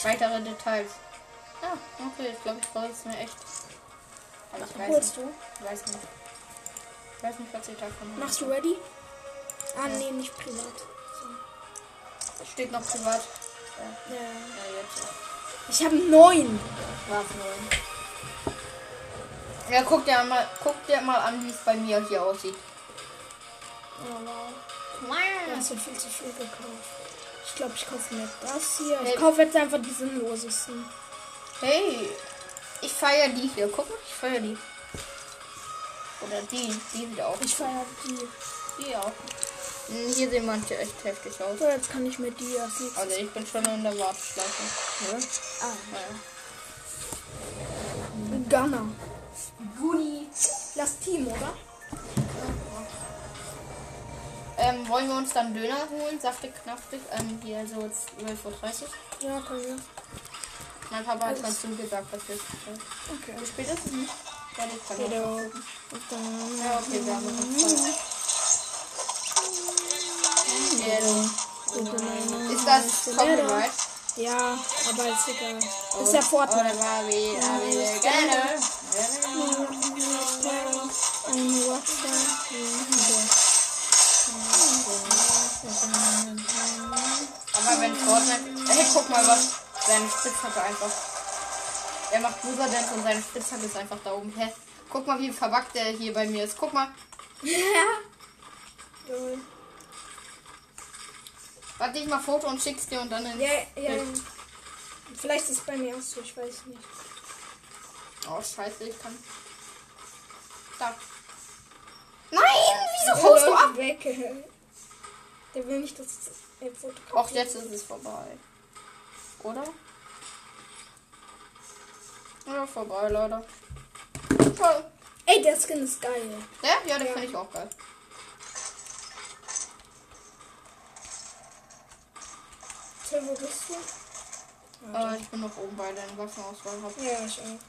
B: Weitere Details. Ja, okay, ich glaube, ich brauche jetzt mir echt. Aber ich weiß
A: Holst
B: nicht.
A: du?
B: Ich weiß nicht. Ich weiß nicht, was ich davon habe.
A: Machst du ready? Ah nee, nicht privat.
B: Steht noch privat. Ja,
A: Ja.
B: ja jetzt.
A: Ich habe neun.
B: Warte mal. Ja, guck dir mal, guck dir mal an, wie es bei mir hier aussieht.
A: Oh wow. Du hast ja viel zu viel gekauft. Ich glaube, ich kaufe nicht das hier. Ich
B: Nee.
A: kaufe jetzt einfach die sinnlosesten.
B: Hey, ich feier die hier. Guck mal, ich feier die. Oder die, die sieht auch.
A: Ich feiere die.
B: die auch. Hm, Hier sehen manche echt heftig aus.
A: So, jetzt kann ich mir die als nächstes.
B: Also ich bin schon in der Warteschleife. Ja.
A: Ah,
B: Naja.
A: Gunner. Guni. Lass Team, oder?
B: ähm, wollen wir uns dann Döner holen, saftig, knaftig, ähm, hier so 12.30 Uhr.
A: Ja, komm ja.
B: Mein Papa hat
A: Alles- Äh,
B: ganz viel gesagt, dass wir
A: Okay.
B: Wie spät ist es? Ja, die kann
A: Wieder auf
B: auch.
A: der-
B: Ja, okay, wir haben noch Zeit. Hello. Ist das Copyright?
A: Ja, aber ist egal. Ist ja Fortnite.
B: Oder war wie, war wie, gerne. Aber wenn Fortnite. Hey, guck mal, was seine Spitzhacke einfach. Er macht Bruder Dance und seine Spitzhacke ist einfach da oben. Hä? Guck mal, wie verbackt der hier bei mir ist. Guck mal. Warte ich mal Foto und schick's dir und dann in.
A: Ja, ja. Vielleicht ist es bei mir auch so, ich weiß nicht.
B: Oh, scheiße, ich kann. Da. Nein! Wieso holst du ab?
A: Weg. Der will nicht, dass er ein Foto
B: Auch jetzt ist es vorbei. Oder? Ja, vorbei, leider. Toll.
A: Ey, der Skin ist geil.
B: Der? Ja, den
A: Ja.
B: finde ich auch geil.
A: Till, wo bist du?
B: Äh, ich bin noch oben bei den Waffenauswahl. Hab
A: Ja, ich auch.
B: nicht.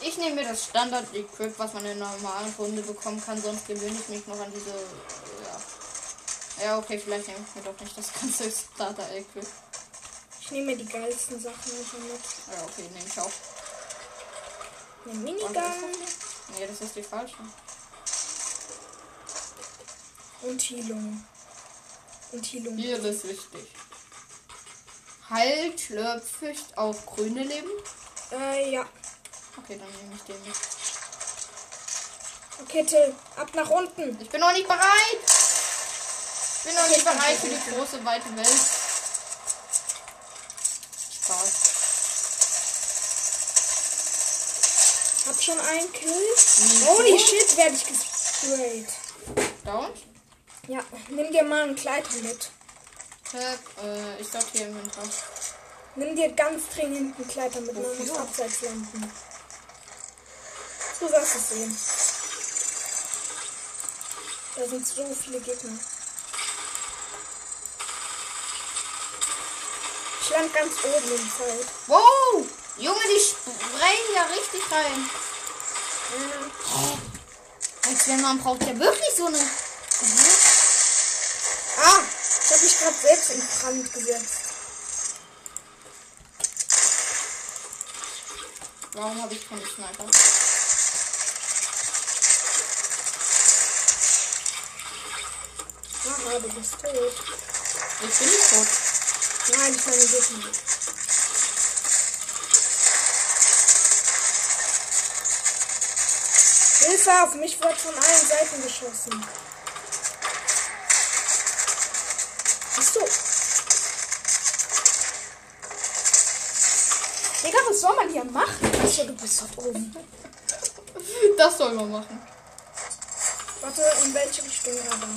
B: Ich nehme mir das Standard-Equip, was man in einer normalen Runde bekommen kann, sonst gewöhne ich mich noch an diese. Ja. Ja, okay, vielleicht nehme ich mir doch nicht das [laughs] ganze Starter-Equip.
A: Ich nehme mir die geilsten Sachen einfach mit.
B: Ja, okay, nehme ich auch.
A: Eine Minigun
B: Nee, das ist die falsche.
A: und Heilung. Und Heilung.
B: Hier ist wichtig. Heilt, schlürpficht auf grüne Leben.
A: Äh, ja.
B: Okay, dann nehme ich den mit.
A: Okay, Till, ab nach unten.
B: Ich bin noch nicht bereit. Ich bin noch nicht bereit für die große, weite Welt. Spaß.
A: Hab schon einen Kill.
B: Mhm.
A: Holy shit, werde ich gesprayt.
B: Down.
A: Ja, nimm dir mal ein Kleid mit.
B: Tap. Äh, ich glaube hier im Winter.
A: Nimm dir ganz dringend ein Kleid mit. Man muss
B: Wofür?
A: abseits landen. Du wirst es sehen. Da sind so viele Gegner. Ich land ganz oben im Feld.
B: Wow! Junge, die sprengen ja richtig rein. Äh.
A: Ja.
B: Als wenn man braucht ja wirklich so eine.
A: Ah, ich habe mich gerade selbst in Brand gesetzt.
B: Warum habe ich keine Sniper?
A: Haha, du bist tot.
B: Ich bin nicht tot. [laughs]
A: Nein, ich meine Gegner. Hilfe, auf mich wird von allen Seiten geschossen. Bist du? Digga, was soll man hier machen? Achso, du bist dort oben.
B: Das soll man machen.
A: Warte, in welche Richtung aber?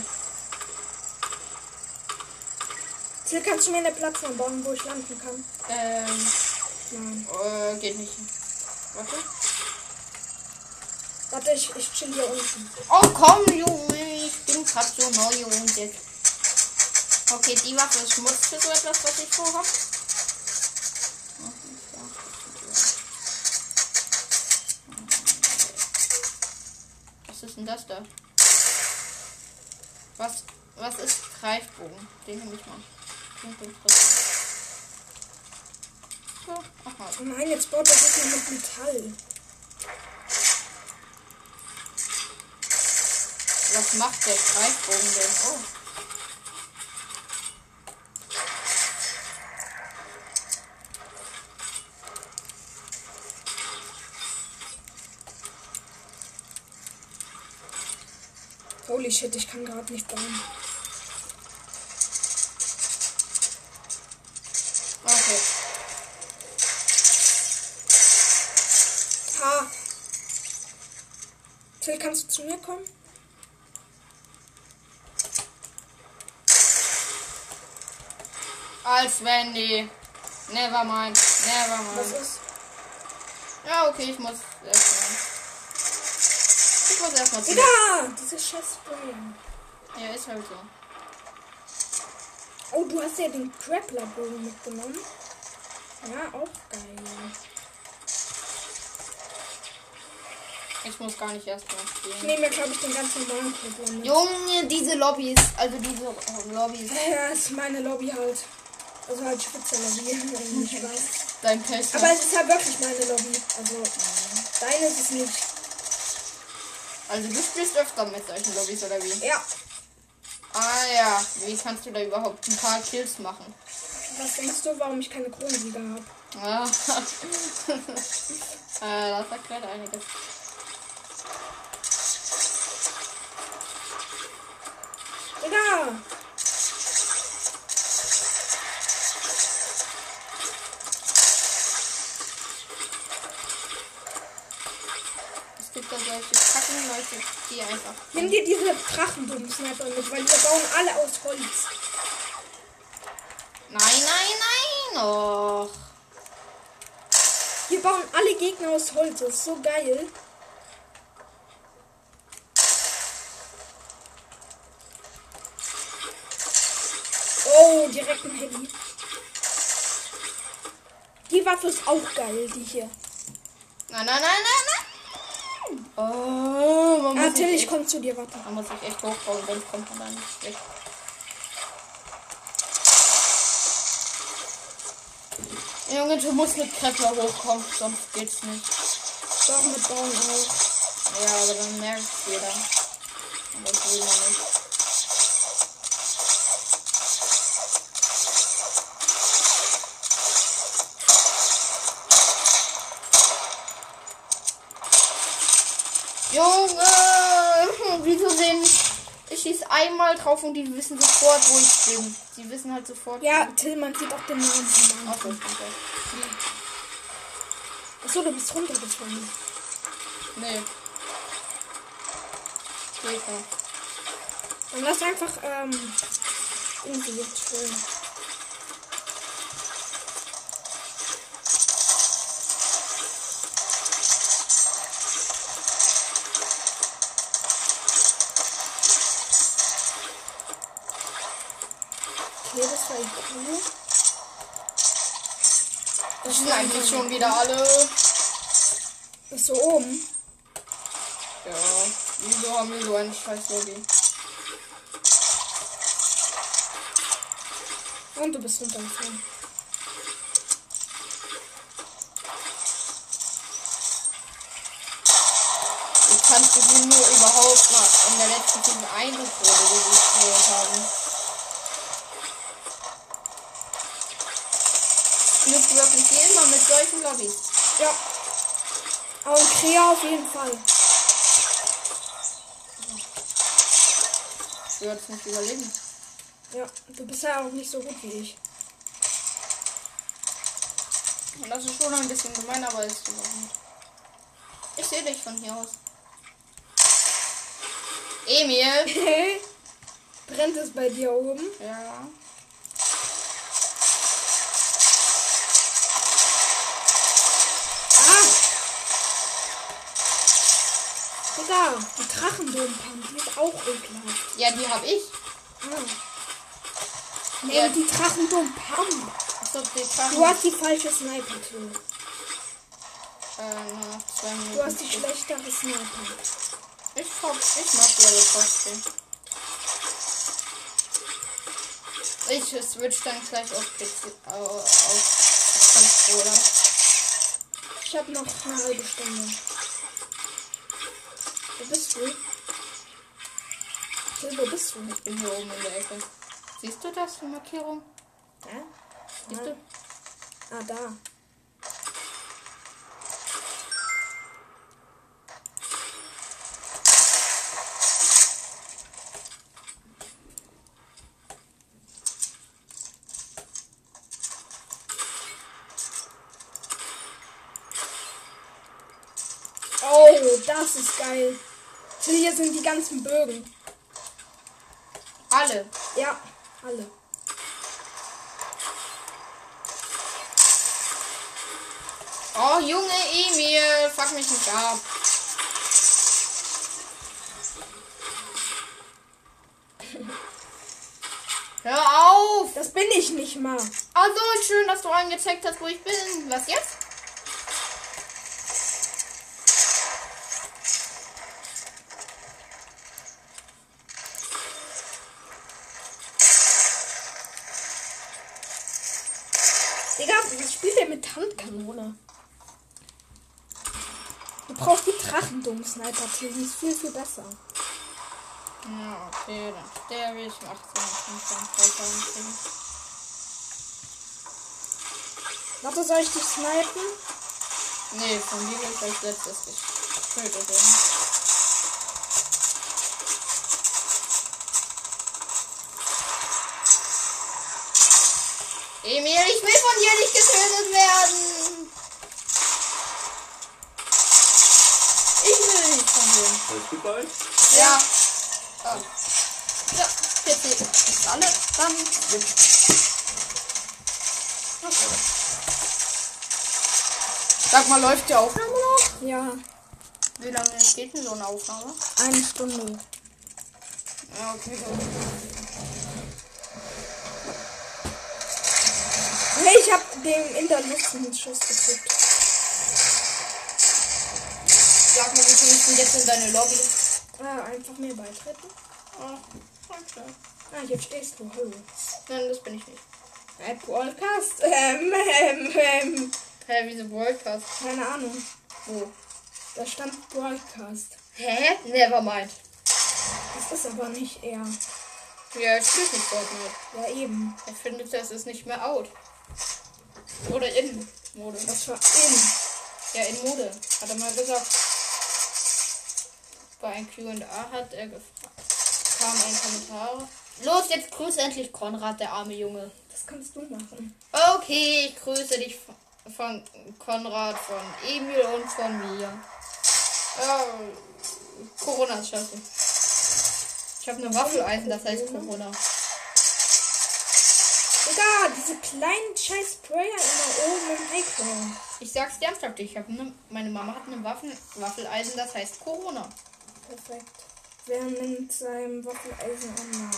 A: Ziel, kannst du mir eine Plattform bauen, wo ich landen kann?
B: Ähm.
A: Nein.
B: Äh, geht nicht. Warte.
A: Warte, ich, ich chill hier unten.
B: Oh komm, Junge, ich bin grad so neu und jetzt. Okay, die Waffe ist Schmutz für so etwas, was ich vorhab. Was ist denn das da? Was, was ist Greifbogen? Den nehme ich mal. Klingt interessant. So, ach mal.
A: Oh Nein, jetzt baut er sich nur mit Metall.
B: Was macht der Greifbogen denn? Oh.
A: Holy shit, ich kann gerade nicht bauen.
B: Okay.
A: Ha! Till, kannst du zu mir kommen?
B: Als wenn die. Never mind. Never
A: Was
B: mind.
A: ist?
B: Ja, okay, ich muss erstmal. Ich muss erstmal.
A: Digga! Dieses scheiß Spray.
B: Ja, ist halt so.
A: Oh, du hast ja den Grappler-Bogen mitgenommen. Ja, auch geil.
B: Ich muss gar nicht erst mal
A: Ich
B: spielen.
A: nehme ja, glaube ich, den ganz normalen Grappler mit.
B: Junge, diese Lobbys, also diese äh, Lobbys.
A: Ja, ist meine Lobby halt. Also halt [laughs] Spitze-Lobby. wenn ich weiß.
B: Dein Pech.
A: Aber es ist halt wirklich meine Lobby. Also, deine ist es nicht.
B: Also du spielst öfter mit solchen Lobbys oder wie?
A: Ja,
B: Ah ja, wie kannst du da überhaupt ein paar Kills machen?
A: was denkst du, warum ich keine Kronensieger habe?
B: Ah, [laughs] äh, das erklärt einiges.
A: Digga!
B: Es gibt da solche kacken Leute, die einfach...
A: Nimm dir diese Drachenbomben-Sniper mit, weil wir bauen alle aus Holz.
B: Nein, nein, nein! Och.
A: Wir bauen alle Gegner aus Holz. Das ist so geil. Oh, direkt ein Handy. Die Waffe ist auch geil, die hier.
B: Nein, nein, nein, nein, nein! Oh, man
A: Ah,
B: muss,
A: Till,
B: sich
A: ich
B: echt,
A: komm zu dir, warte.
B: man muss sich echt hochbauen, sonst kommt man da nicht weg. Junge, du musst mit Kreppler hochkommen, sonst geht's nicht.
A: Doch, mit Bauen auch.
B: Ja, aber dann merkt jeder. Und das will man nicht. Junge! [laughs] Wieso denn? Ich schieß einmal drauf und die wissen sofort, wo ich bin. Die wissen halt sofort.
A: Ja, Till, man sieht auch den Namen vom
B: Ach, das
A: anderen.
B: ist okay.
A: Achso, du bist runtergefallen.
B: Nee. Geht noch.
A: Dann lass einfach, ähm, irgendwie jetzt schön. Okay, das war cool.
B: Das sind eigentlich schon wieder alle.
A: Ist so oben.
B: Ja, wieso haben wir so ein scheiß Lobby?
A: Und du bist runtergefallen.
B: Ich kannte sie nur überhaupt mal in der letzten Season Eindrucksrunde, die wir gespielt haben. Spielst du wirklich immer mit solchen Lobbys?
A: Ja. Aber ein Krea auf jeden Fall.
B: Du würdest nicht überleben.
A: Ja, du bist ja auch nicht so gut wie ich. [laughs]
B: Und das ist schon ein bisschen gemein, aber ist überhaupt nicht. Ich sehe dich von hier aus. Emil!
A: Hey, brennt es bei dir oben?
B: Ja.
A: Ah! Digga, die Drachendompump, die ist auch ekelhaft.
B: Ja, die hab ich.
A: Ah. Nee,
B: Ja.
A: die Drachendompump.
B: Achso, die
A: Du
B: Kraft.
A: hast die falsche sniper -Tool.
B: Äh, nach zwei Minuten.
A: Du hast die schlechtere Sniper.
B: Ich hab, ich mag die aber trotzdem. Ich switch dann gleich auf PC, äh, auf Controller.
A: Ich habe noch eine halbe Stunde. Wo bist du? Till, wo bist du?
B: Ich bin hier oben in der Ecke. Siehst du das, die Markierung?
A: Hä?
B: Siehst du?
A: Nein. Ah, da. Oh, das ist geil. Till, Hier sind die ganzen Bögen.
B: Alle.
A: Ja, alle.
B: Oh, Junge, Emil, fuck mich nicht ab. Hör auf!
A: Das bin ich nicht mal.
B: Also, schön, dass du angezeigt hast, wo ich bin. Was jetzt?
A: Digga, was spielt der mit Handkanone? Du brauchst die Drachendom-Sniper-Kill, die ist viel, viel besser.
B: Ja, okay, dann sterbe ich. Mach so einen 5 weiter und
A: Warte, soll ich dich snipen?
B: Nee, von dir wird als letztes getötet werden. Emil, ich will von dir nicht getötet werden! Ich will nicht von dir.
C: Alles gut bei euch?
B: Ja. Ah. Ja, PC ist alle. Dann. Sag mal, läuft die Aufnahme noch?
A: Ja,
B: Wie lange geht denn so eine Aufnahme?
A: eine Stunde.
B: Ja, okay,
A: Nee, ich hab dem in der Luft einen Schuss gedrückt.
B: Sag mal, wie kommst du jetzt in deine Lobby?
A: Ah, einfach mir beitreten.
B: Ah, okay.
A: Ah, jetzt stehst du. Hallo.
B: Nein, das bin ich nicht.
A: Ein Podcast? Ähm, ähm, ähm.
B: Hä, wieso Broadcast?
A: Keine Ahnung.
B: Wo?
A: Da stand Podcast.
B: Hä? Nevermind.
A: Das ist aber nicht er.
B: Ja, er spielt nicht Fortnite.
A: Ja, eben.
B: Er findet, das ist nicht mehr out. Oder in Mode.
A: Das war in.
B: Ja, in Mode. Hat er mal gesagt. Bei einem QA hat er gefragt. Kam ein Kommentar. Los, jetzt grüß endlich Konrad, der arme Junge.
A: Das kannst du machen.
B: Okay, ich grüße dich von- von Konrad, von Emil und von mir. Äh, Corona ist scheiße. Ich habe eine Waffeleisen, das heißt Corona.
A: Digga, diese kleinen scheiß Sprayer immer oben im Highground.
B: Ich sag's dir ernsthaft, ich hab ne, meine Mama hat eine Waffen, Waffeleisen, das heißt Corona.
A: Perfekt. Wer nimmt seinem Waffeleisen an?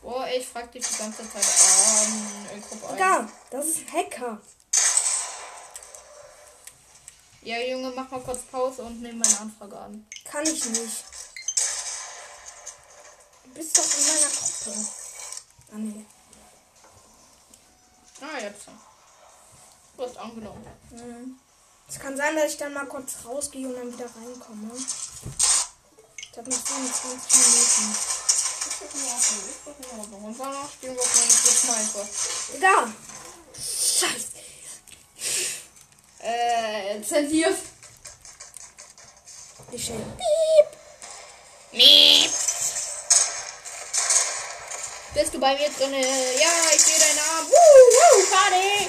B: Boah, ey, ich frag dich die ganze Zeit an in Gruppe 1.
A: Digga, das ist ein Hacker.
B: Ja, Junge, mach mal kurz Pause und nimm meine Anfrage an.
A: Kann ich nicht. Du bist doch in meiner Gruppe. Ah, nee.
B: Ah, jetzt. Du hast angenommen.
A: Hm. Es kann sein, dass ich dann mal kurz rausgehe und dann wieder reinkomme. Ich habe noch 25 Minuten.
B: Ich guck mal auf den- ich guck mal auf den- Und danach spielen wir auf meine Sniper.
A: Egal. Scheiße.
B: Äh, zensiert.
A: Ich schäle. Piep.
B: Bist du bei mir drinne? Ja, ich sehe deinen Arm. Wuh, wuh, Party!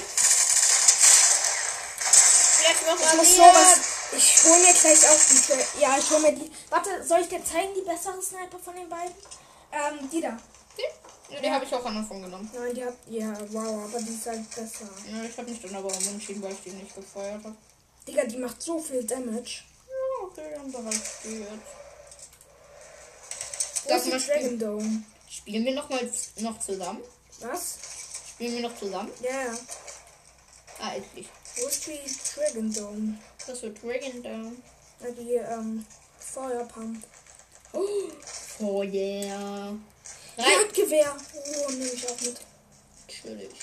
B: Jetzt wird
A: Ich muss sowas. Ich hole mir gleich auch die. Tra- Ja, ich hole mir die. Warte, soll ich dir zeigen, die bessere Sniper von den beiden? Ähm, die da.
B: Die, die habe ich auch am Anfang genommen.
A: Nein, die hat. Ja, wow, aber die ist halt besser.
B: Ja, Ich habe mich dann aber umentschieden, weil ich die nicht gefeuert habe.
A: Digga, die macht so viel Damage.
B: Ja, okay, dann bereits die jetzt.
A: Wo
B: Sag
A: ist die
B: mal,
A: Dragon Dome.
B: Spielen wir noch mal z- noch zusammen?
A: Was?
B: Spielen wir noch zusammen?
A: Ja, ja.
B: Ah, endlich.
A: Wo ist die Dragon Dome?
B: Das wird Dragon Down.
A: Ja, die ähm, Feuerpump.
B: [gasps] Oh yeah.
A: Die
B: Rein.
A: hat Gewehr. Oh, nehme ich auch mit.
B: Natürlich.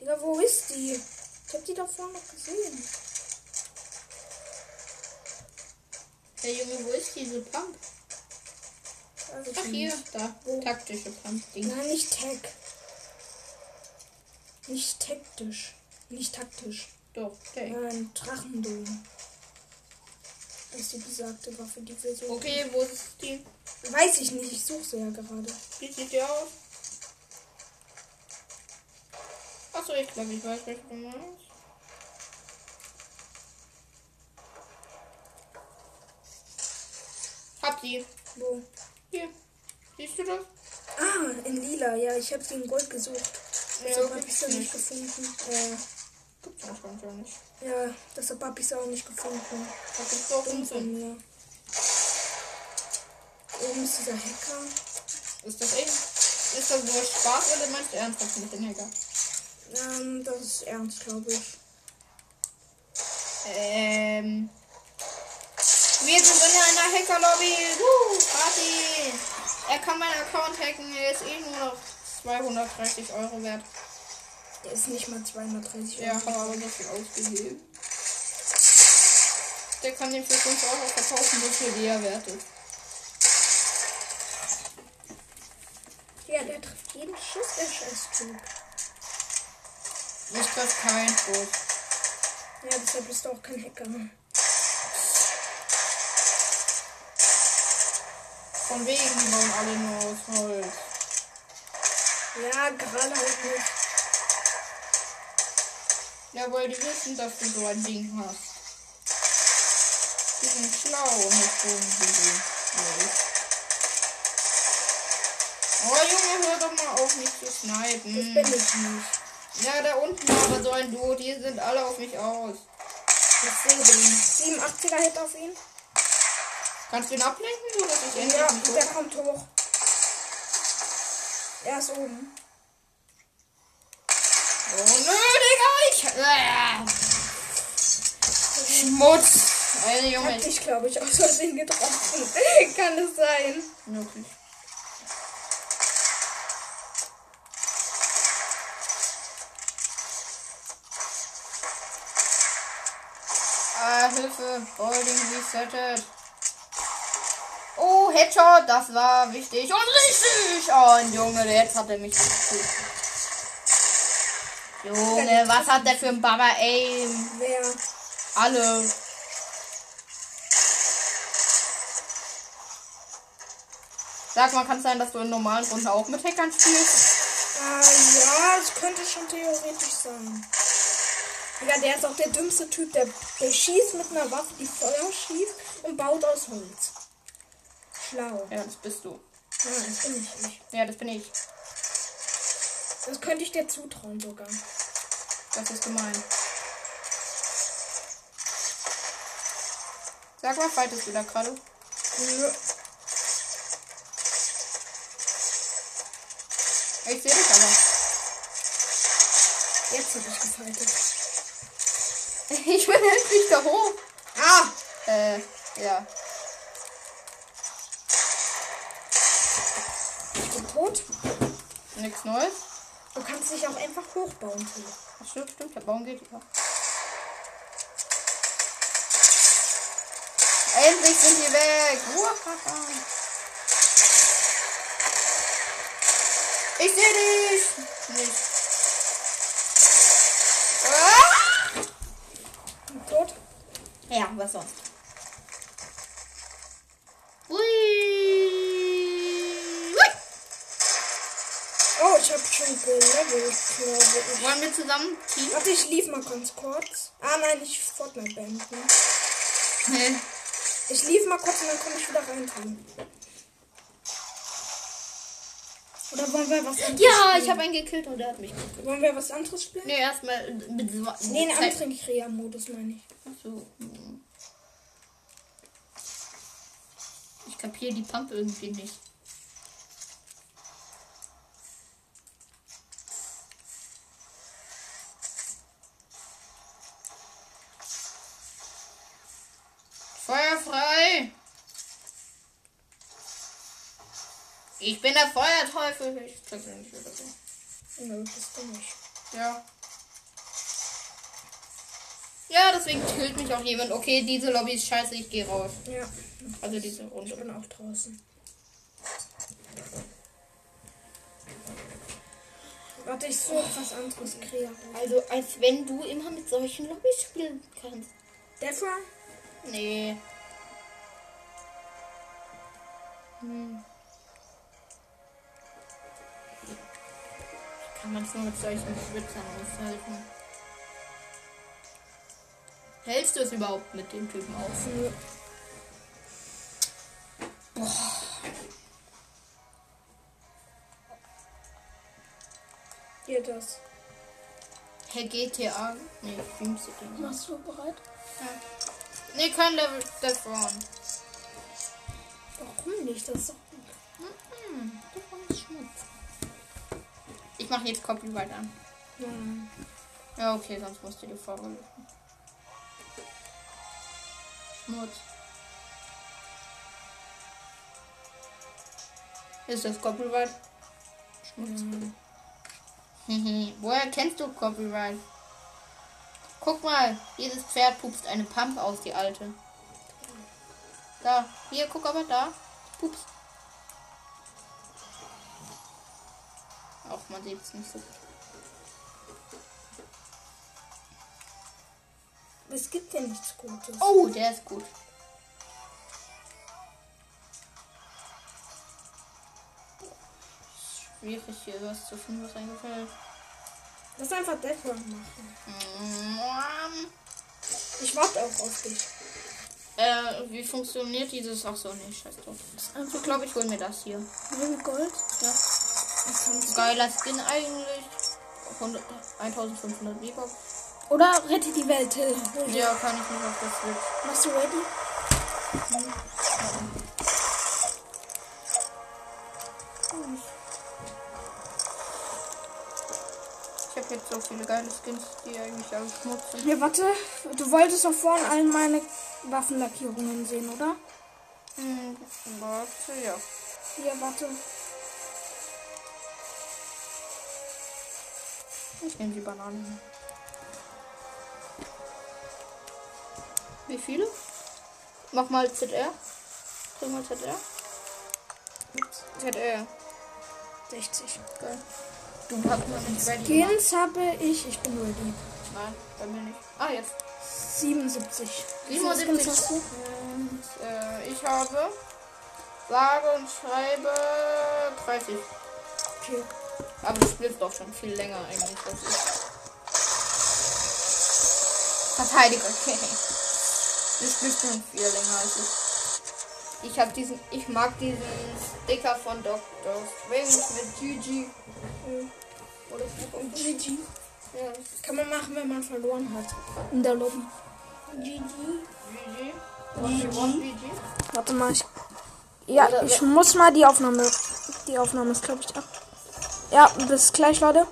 A: Digga, wo ist die? Ich hab die da vorne noch gesehen.
B: Hey Junge, wo ist diese Pump?
A: Also
B: Ach
A: die-
B: hier, da.
A: Wo?
B: Taktische Pump-Ding.
A: Nein, nicht Tag. Nicht taktisch. Nicht taktisch.
B: Doch, okay.
A: Nein, Drachendom. Das ist die besagte Waffe, die wir so.
B: Okay, wo ist die?
A: Weiß ich nicht, ich suche sie ja gerade.
B: Wie sieht die aus? Achso, ich glaube, ich weiß, welche du meinst. Hab die.
A: Wo?
B: Hier. Siehst du das?
A: Ah, in lila, ja, ich habe sie in Gold gesucht. Deshalb habe ich
B: gibt's
A: sie nicht
B: nicht.
A: gefunden. Äh,
B: Gibt's anscheinend gar nicht.
A: ja, deshalb habe ich sie auch nicht gefunden.
B: Da gibt's auch
A: Dumm von
B: Unsinn.
A: mir. Oben ist dieser Hacker.
B: Ist das echt? Ist das nur Spaß oder meinst du ernsthaft mit den Hacker?
A: Ähm, das ist ernst, glaube ich.
B: Ähm. Wir sind in einer Hackerlobby. Woo, Party. Er kann meinen Account hacken. Er ist eh nur noch 230 Euro wert.
A: Der ist nicht mal 230
B: Ja,
A: Euro.
B: habe aber so viel ausgegeben. Der kann den für 5 Euro verkaufen, so viel wie er wert ist.
A: Ja, der trifft jeden Schuss, der scheiß Typ.
B: Ich treffe kein Tod.
A: Ja, deshalb bist du auch kein Hacker. ne?
B: Von wegen, die bauen alle nur aus Holz.
A: Ja, gerade halt nicht.
B: Ja, weil die wissen, dass du so ein Ding hast. Die sind schlau und nicht so wie du. willst. Oh Junge, hör doch mal auf mich zu
A: Das
B: schneiden.
A: bin ich nicht.
B: Ja, da unten war aber so ein Duo, die sind alle auf mich aus.
A: Deswegen. 87er Hit auf ihn.
B: Kannst du ihn ablenken, so dass ich endlich
A: Ja,
B: einen Tod
A: der kommt hoch. Er ist oben.
B: Oh nö, Digga, ich. Äh. Schmutz. Eine Junge.
A: Hab
B: ich-
A: dich, glaube ich, [laughs] aus Versehen getroffen. [laughs] Kann es sein?
B: Wirklich. Ah, Hilfe. Holding resettet. Oh, Headshot, das war wichtig und richtig. Oh, ein Junge, jetzt hat er mich gekillt. Junge, was hat der für ein Baba Aim?
A: Wer?
B: Alle. Sag mal, kann es sein, dass du in normalen Runden auch mit Hackern spielst?
A: Ah, ja, es könnte schon theoretisch sein. Ja, der ist auch der dümmste Typ, der, der schießt mit einer Waffe, die Feuer schießt und baut aus Holz. Schlau.
B: Ja, das bist du.
A: Nein, das bin ich nicht.
B: Ja, das bin ich.
A: Das könnte ich dir zutrauen sogar.
B: Das ist gemein. Sag mal, fightest du da gerade?
A: Nö.
B: Ich sehe dich aber. [laughs]
A: Jetzt hab ich gefaltet.
B: Ich bin endlich da hoch.
A: Ah!
B: Äh, ja.
A: Ich bin tot.
B: Nichts Neues.
A: Du kannst dich auch einfach hochbauen, Tilo.
B: Das stimmt, stimmt. Der Baum geht über. Endlich sind die weg. Uahaha. Ich sehe dich. Nicht. Ah!
A: Tot?
B: Ja, was sonst? Ui. Ui.
A: Oh, ich hab schon gelevelt, glaube ich.
B: Wollen wir zusammen Team?
A: Warte, ich lief mal ganz kurz. Ah nein, ich Fortnite beenden.
B: Nee.
A: Ich lief mal kurz und dann komme ich wieder rein. Tilo. Oder wollen wir was anderes
B: Ja,
A: spielen?
B: ich habe einen gekillt und der hat mich.
A: Wollen wir was anderes spielen?
B: Nee, erstmal mit so-
A: Nee, einen
B: Zeit-
A: anderen Krea-Modus meine ich.
B: Ach so. hm. Ich kapiere die Pump irgendwie nicht. Feuer frei! Ich bin der Feuerteufel. Ich glaube nicht oder so.
A: Nö, bist du nicht.
B: Ja. Ja, deswegen killt mich auch jemand. Okay, diese Lobby ist scheiße, ich gehe raus.
A: Ja,
B: Also diese
A: ich
B: Runde.
A: bin auch draußen. Warte, ich suche was anderes Krea.
B: Also als wenn du immer mit solchen Lobbys spielen kannst.
A: Defra?
B: Nee. Hm. Kann man es nur mit solchen Schwitzern aushalten. Hältst du es überhaupt mit dem Typen aus?
A: Nö. Hier das.
B: Herr GTA? Nee, Dream City.
A: Machst du bereit?
B: Ja. Nee, kein Level davon.
A: Warum nicht? Das ist doch
B: Mhm. Davon.
A: Schmutz.
B: Ich mache jetzt Copyright an.
A: Ja.
B: Ja, okay, sonst musst du die Folge löschen. Schmutz. Ist das Copyright? Schmutz. Mhm. [laughs] Woher kennst du Copyright? Guck mal, dieses Pferd pupst eine Pump aus, die alte. Da, hier, guck aber da. Pups. Auch man sieht es nicht so.
A: Es gibt ja nichts Gutes.
B: Oh, der ist gut. Schwierig hier was zu finden, was einem gefällt.
A: Lass einfach Deathlock machen.
B: Mm,
A: Ich warte auch auf dich.
B: Äh, wie funktioniert dieses? Ach so, nee, scheiß drauf. Ich glaube, ich hole mir das hier.
A: Nimm Gold.
B: Ja.
A: Das kannst du.
B: Geiler Skin eigentlich. 100, 1500 Bebop.
A: Oder rette die Welt, Till.
B: Ja, kann ich nicht auf das Switch.
A: Machst du ready? Hm.
B: Ich habe jetzt so viele geile Skins, die eigentlich alle Schmutz sind.
A: Ja, warte. Du wolltest doch vorhin all meine Waffenlackierungen sehen, oder?
B: Hm, warte, ja.
A: Ja, warte.
B: Ich nehme die Bananen. Wie viele? Mach mal ZR. Trink mal ZR.
A: Ups,
B: ZR.
A: 60.
B: Geil. Du hast noch nicht ready gemacht.
A: Skins habe ich. Ich bin ready.
B: Nein, bei mir nicht. Ah, jetzt.
A: 77. Wie viele Skins
B: 77.
A: hast du?
B: Und, äh, ich habe sage und schreibe 30.
A: Okay.
B: Aber du spielst doch schon viel länger eigentlich als ich. Verteidiger, okay. Du spielst schon viel länger als ich. Ich hab diesen, ich mag diesen Sticker von Dr. Strange mit Gigi.
A: Mhm.
B: Oder so.
A: GG.
B: Ja,
A: Kann man machen, wenn man verloren hat. In der Lobby. GG.
B: Gigi. Und wir wollen Gigi.
A: Warte mal, ich. Ja, ich muss mal die Aufnahme. Die Aufnahme ist, glaube ich, ab. Ja, bis gleich, Leute.